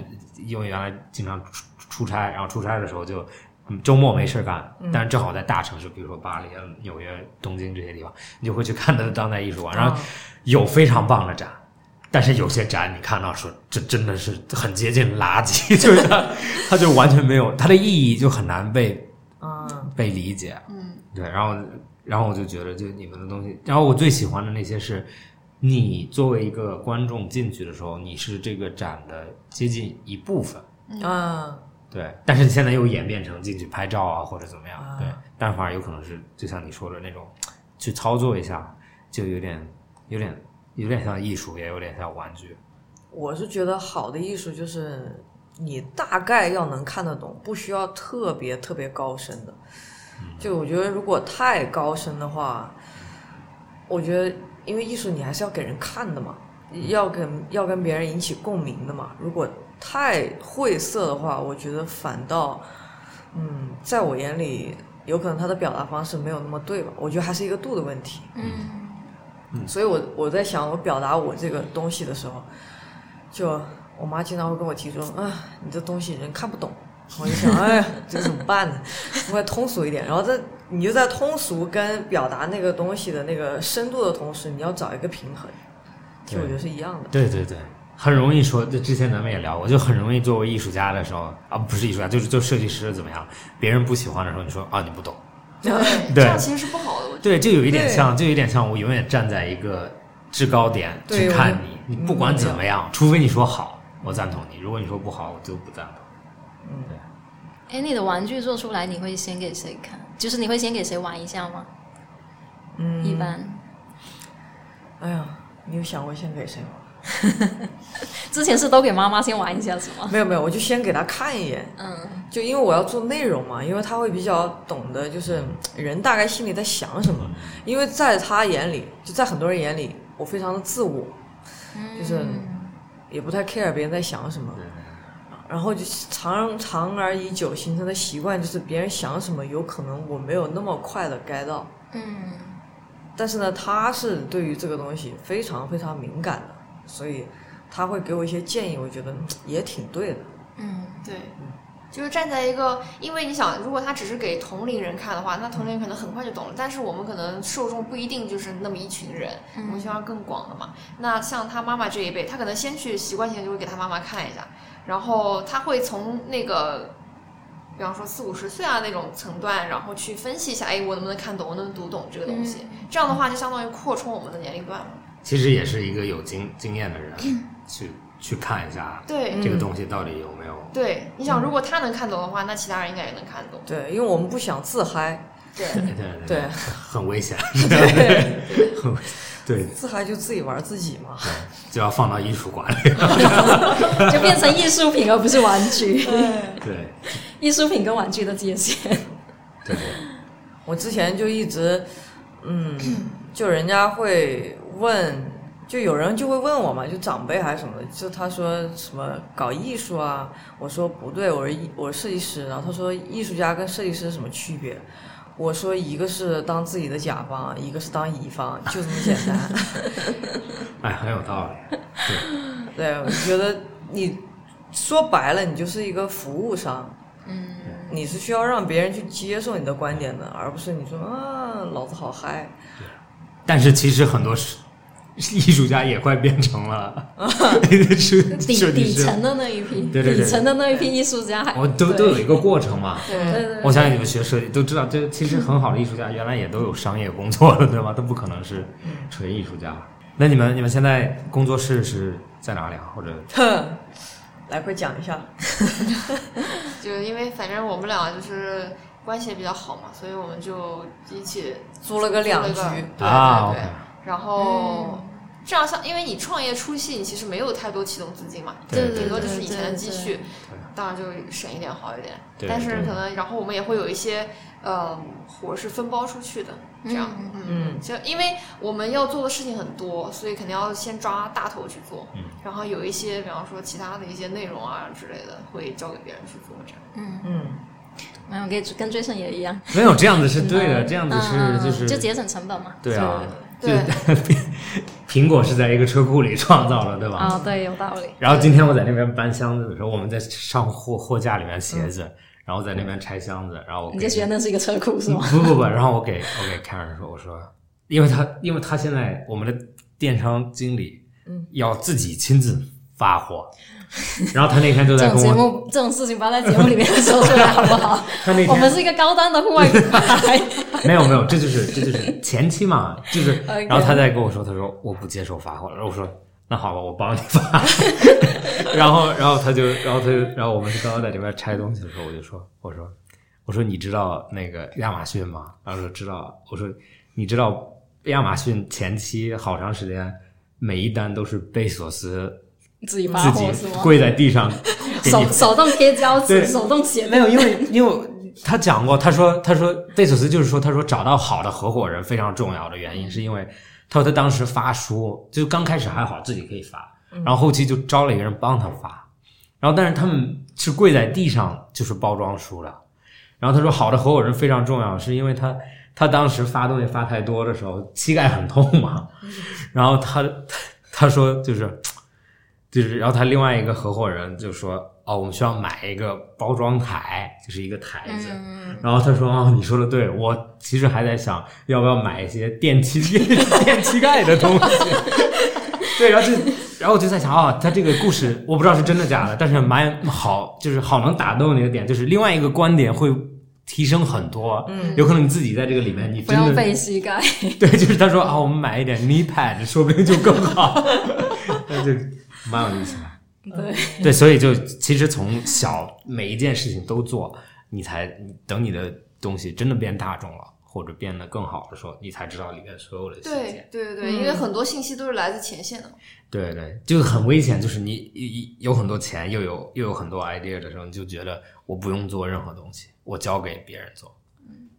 因为原来经常出出差，然后出差的时候就。嗯周末没事儿干，但是正好在大城市，比如说巴黎、嗯纽约、东京这些地方，你就会去看它的当代艺术馆，然后
啊
有非常棒的展，但是有些展你看到说，这真的是很接近垃圾， 就是它，它就完全没有它的意义，就很难被
啊，
被理解。
嗯，
对，然后然后我就觉得，就你们的东西，然后我最喜欢的那些是，你作为一个观众进去的时候，你是这个展的接近一部分。
啊，
对，但是现在又演变成进去拍照啊，或者怎么样，
啊
对，但是反而有可能是就像你说的那种，去操作一下，就有点有点有点像艺术，也有点像玩具。
我是觉得好的艺术就是你大概要能看得懂，不需要特别特别高深的。就我觉得如果太高深的话，我觉得因为艺术你还是要给人看的嘛，要跟要跟别人引起共鸣的嘛。如果太晦涩的话，我觉得反倒，嗯，在我眼里，有可能他的表达方式没有那么对吧？我觉得还是一个度的问题。
嗯，
所以我我在想，我表达我这个东西的时候，就我妈经常会跟我提出，啊，你这东西人看不懂。我就想，哎呀， 这怎么办呢？我也通俗一点。然后这你就在通俗跟表达那个东西的那个深度的同时，你要找一个平衡，其实我觉得是一样的。
对对对，很容易说，这之前咱们也聊过，就很容易作为艺术家的时候啊，不是艺术家，就是做设计师怎么样，别人不喜欢的时候，你说啊你不懂，
对，这样其实是不好的，我觉得。
对，就有一点
对
像，就有一点像我永远站在一个制高点
对
去看
我嗯
你，你不管怎么样，除非你说好，我赞同你；如果你说不好，我就不赞同。
哎，你的玩具做出来，你会先给谁看？就是你会先给谁玩一下吗？
嗯，
一。般
哎呀，你有想过先给谁吗？
之前是都给妈妈先玩一下，是吗？
没有没有，我就先给他看一眼，
嗯
就因为我要做内容嘛，因为他会比较懂得，就是人大概心里在想什么。因为在他眼里，就在很多人眼里，我非常的自我，就是也不太 care 别人在想什么。然后就长长而以久形成的习惯，就是别人想什么，有可能我没有那么快的 get 到。
嗯，
但是呢，他是对于这个东西非常非常敏感的，所以他会给我一些建议，我觉得嗯也挺对的。
嗯
对，就是站在一个，因为你想，如果他只是给同龄人看的话，那同龄人可能很快就懂了。但是我们可能受众不一定就是那么一群人，我们希望更广的嘛。那像他妈妈这一辈，他可能先去习惯性就会给他妈妈看一下，然后他会从那个。比方说四五十岁啊那种层段，然后去分析一下，哎，我能不能看懂，我能不能读懂这个东西？这样的话，就相当于扩充我们的年龄段嘛。
其实也是一个有经经验的人
嗯
去去看一下
对、
这个东西到底有没有。
对，你想，如果他能看懂的话，那其他人应该也能看懂。
对，因为我们不想自嗨，
对，
对对
对，
很危 险， 很危险对，
自嗨就自己玩自己嘛。
就要放到艺术馆里。
就变成艺术品而不是玩具，
对
艺术品跟玩具的 界限。
对，
我之前就一直，嗯，就人家会问，就有人就会问我嘛，就长辈还是什么的，就他说什么搞艺术啊，我说不对，我是艺我是设计师，然后他说艺术家跟设计师是什么区别？我说一个是当自己的甲方，一个是当乙方，就这么简单。
哎，很有道理。对，
对，我觉得你说白了，你就是一个服务商。嗯，你是需要让别人去接受你的观点的，而不是你说啊，老子好嗨。
但是其实很多是艺术家也快变成了是
嗯底
设计
底
师，
层的那一批，
对对对
底层的那一批艺术家还
我都
对
都有一个过程嘛。
对
对，
对对
我相信你们学设计都知道，这其实很好的艺术家原来也都有商业工作的，对吧？都不可能是纯艺术家。那你们你们现在工作室是在哪里啊？或者
哼， 来，快讲一下。
就是因为反正我们俩就是关系也比较好嘛，所以我们就一起
租了个两
租了
居
个对
啊
对对
，OK，
然后。
嗯
这样像，因为你创业初期，你其实没有太多启动资金嘛，
对
顶多
对
就是以前的
对
积
对
蓄，当然就省一点好一点。
对
但是
对
可能，然后我们也会有一些，呃，活是分包出去的，这样，
嗯，
就因为我们要做的事情很多，所以肯定要先抓大头去做，
嗯
然后有一些，比方说其他的一些内容啊之类的，会交给别人去做，这样。
嗯，
没有跟跟追胜也一样，
没有这样子是对的，这样子
嗯
是
嗯
就是
就节省成本嘛。
对啊，就
对
苹果是在一个车库里创造的，对吧？
啊，对，有道理。
然后今天我在那边搬箱子的时候，我们在上货货架里面鞋子，然后在那边拆箱子，然后我
嗯你
给
就觉得那是一个车库是吗？
不不不，然后我给我给 Karen 说，我说，因为他因为他现在我们的电商经理，
嗯，
要自己亲自发货，然后他那天就
这
在
种
跟
节
我，
目这种事情不要在节目里面说出来好不 好？
他那
我们
天
是一个高端的户外品牌，
没有没有，这就是这 就是前期嘛，就是
OK
然后他在跟我说，他说我不接受发货，然后我说那好吧，我帮你发， 然后然后他就然后他就然后我们是刚刚在这边拆东西的时候，我就说我说我说你知道那个亚马逊吗？然后说知道，我说你知道亚马逊前期好长时间每一单都是贝索斯
自己发
自己
货是吗？
跪在地上给你
手手动贴胶纸，
对
手动写
没有，因为因为他讲过，他说他说贝索斯就是说，他说找到好的合伙人非常重要的原因，是因为他说他当时发书，就刚开始还好自己可以发，然后后期就招了一个人帮他发，然后但是他们是跪在地上就是包装书的，然后他说好的合伙人非常重要，是因为他他当时发东西发太多的时候膝盖很痛嘛，然后他他他说就是。就是，然后他另外一个合伙人就说：“哦，我们需要买一个包装台，就是一个台子。然后他说：“哦，你说的对，我其实还在想要不要买一些 电器电器盖的东西。” 对，然后就，然后我就在想啊、他这个故事我不知道是真的假的，但是蛮好，就是好能打动你的点，就是另外一个观点会提升很多。嗯，有可能你自己在这个里面，你
不
真的
用背膝盖。
对，就是他说啊，我们买一点 knee pad，说不定就更好，那就蛮有意思的。
对，
对，所以就其实从小每一件事情都做，你才你等你的东西真的变大众了，或者变得更好的时候，你才知道里面所有的细节
对。对对对，因为很多信息都是来自前线的。
对对，就是很危险，就是你一一有很多钱，又有又有很多 idea 的时候，你就觉得我不用做任何东西，我交给别人做。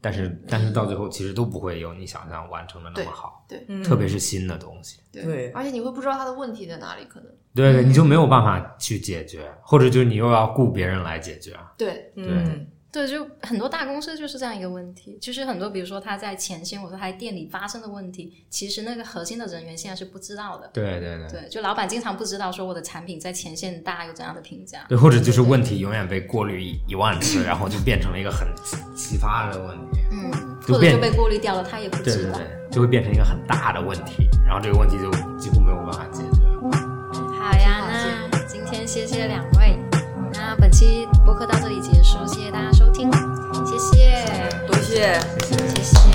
但是但是到最后，其实都不会有你想象完成的那么好，
对，
嗯
特别是新的东西。
对
对
而且你会不知道他的问题在哪里，可能
对对，你就没有办法去解决，或者就是你又要雇别人来解决。
对
嗯
对，就很多大公司就是这样一个问题，就是很多比如说他在前线或者他在店里发生的问题，其实那个核心的人员现在是不知道的。
对对对
对，就老板经常不知道说我的产品在前线大家有怎样的评价。
对，或者就是问题永远被过滤一一万次，然后就变成了一个很奇奇葩的问题。
嗯，
就
或者
变
就被过滤掉了，他也不
对
知
对
道。
对，就会变成一个很大的问题，然后这个问题就几乎没有办法解决。
好呀，那今天谢谢两位，那本期播客到这里结束，谢谢大家收听，谢谢，
多谢。
谢谢。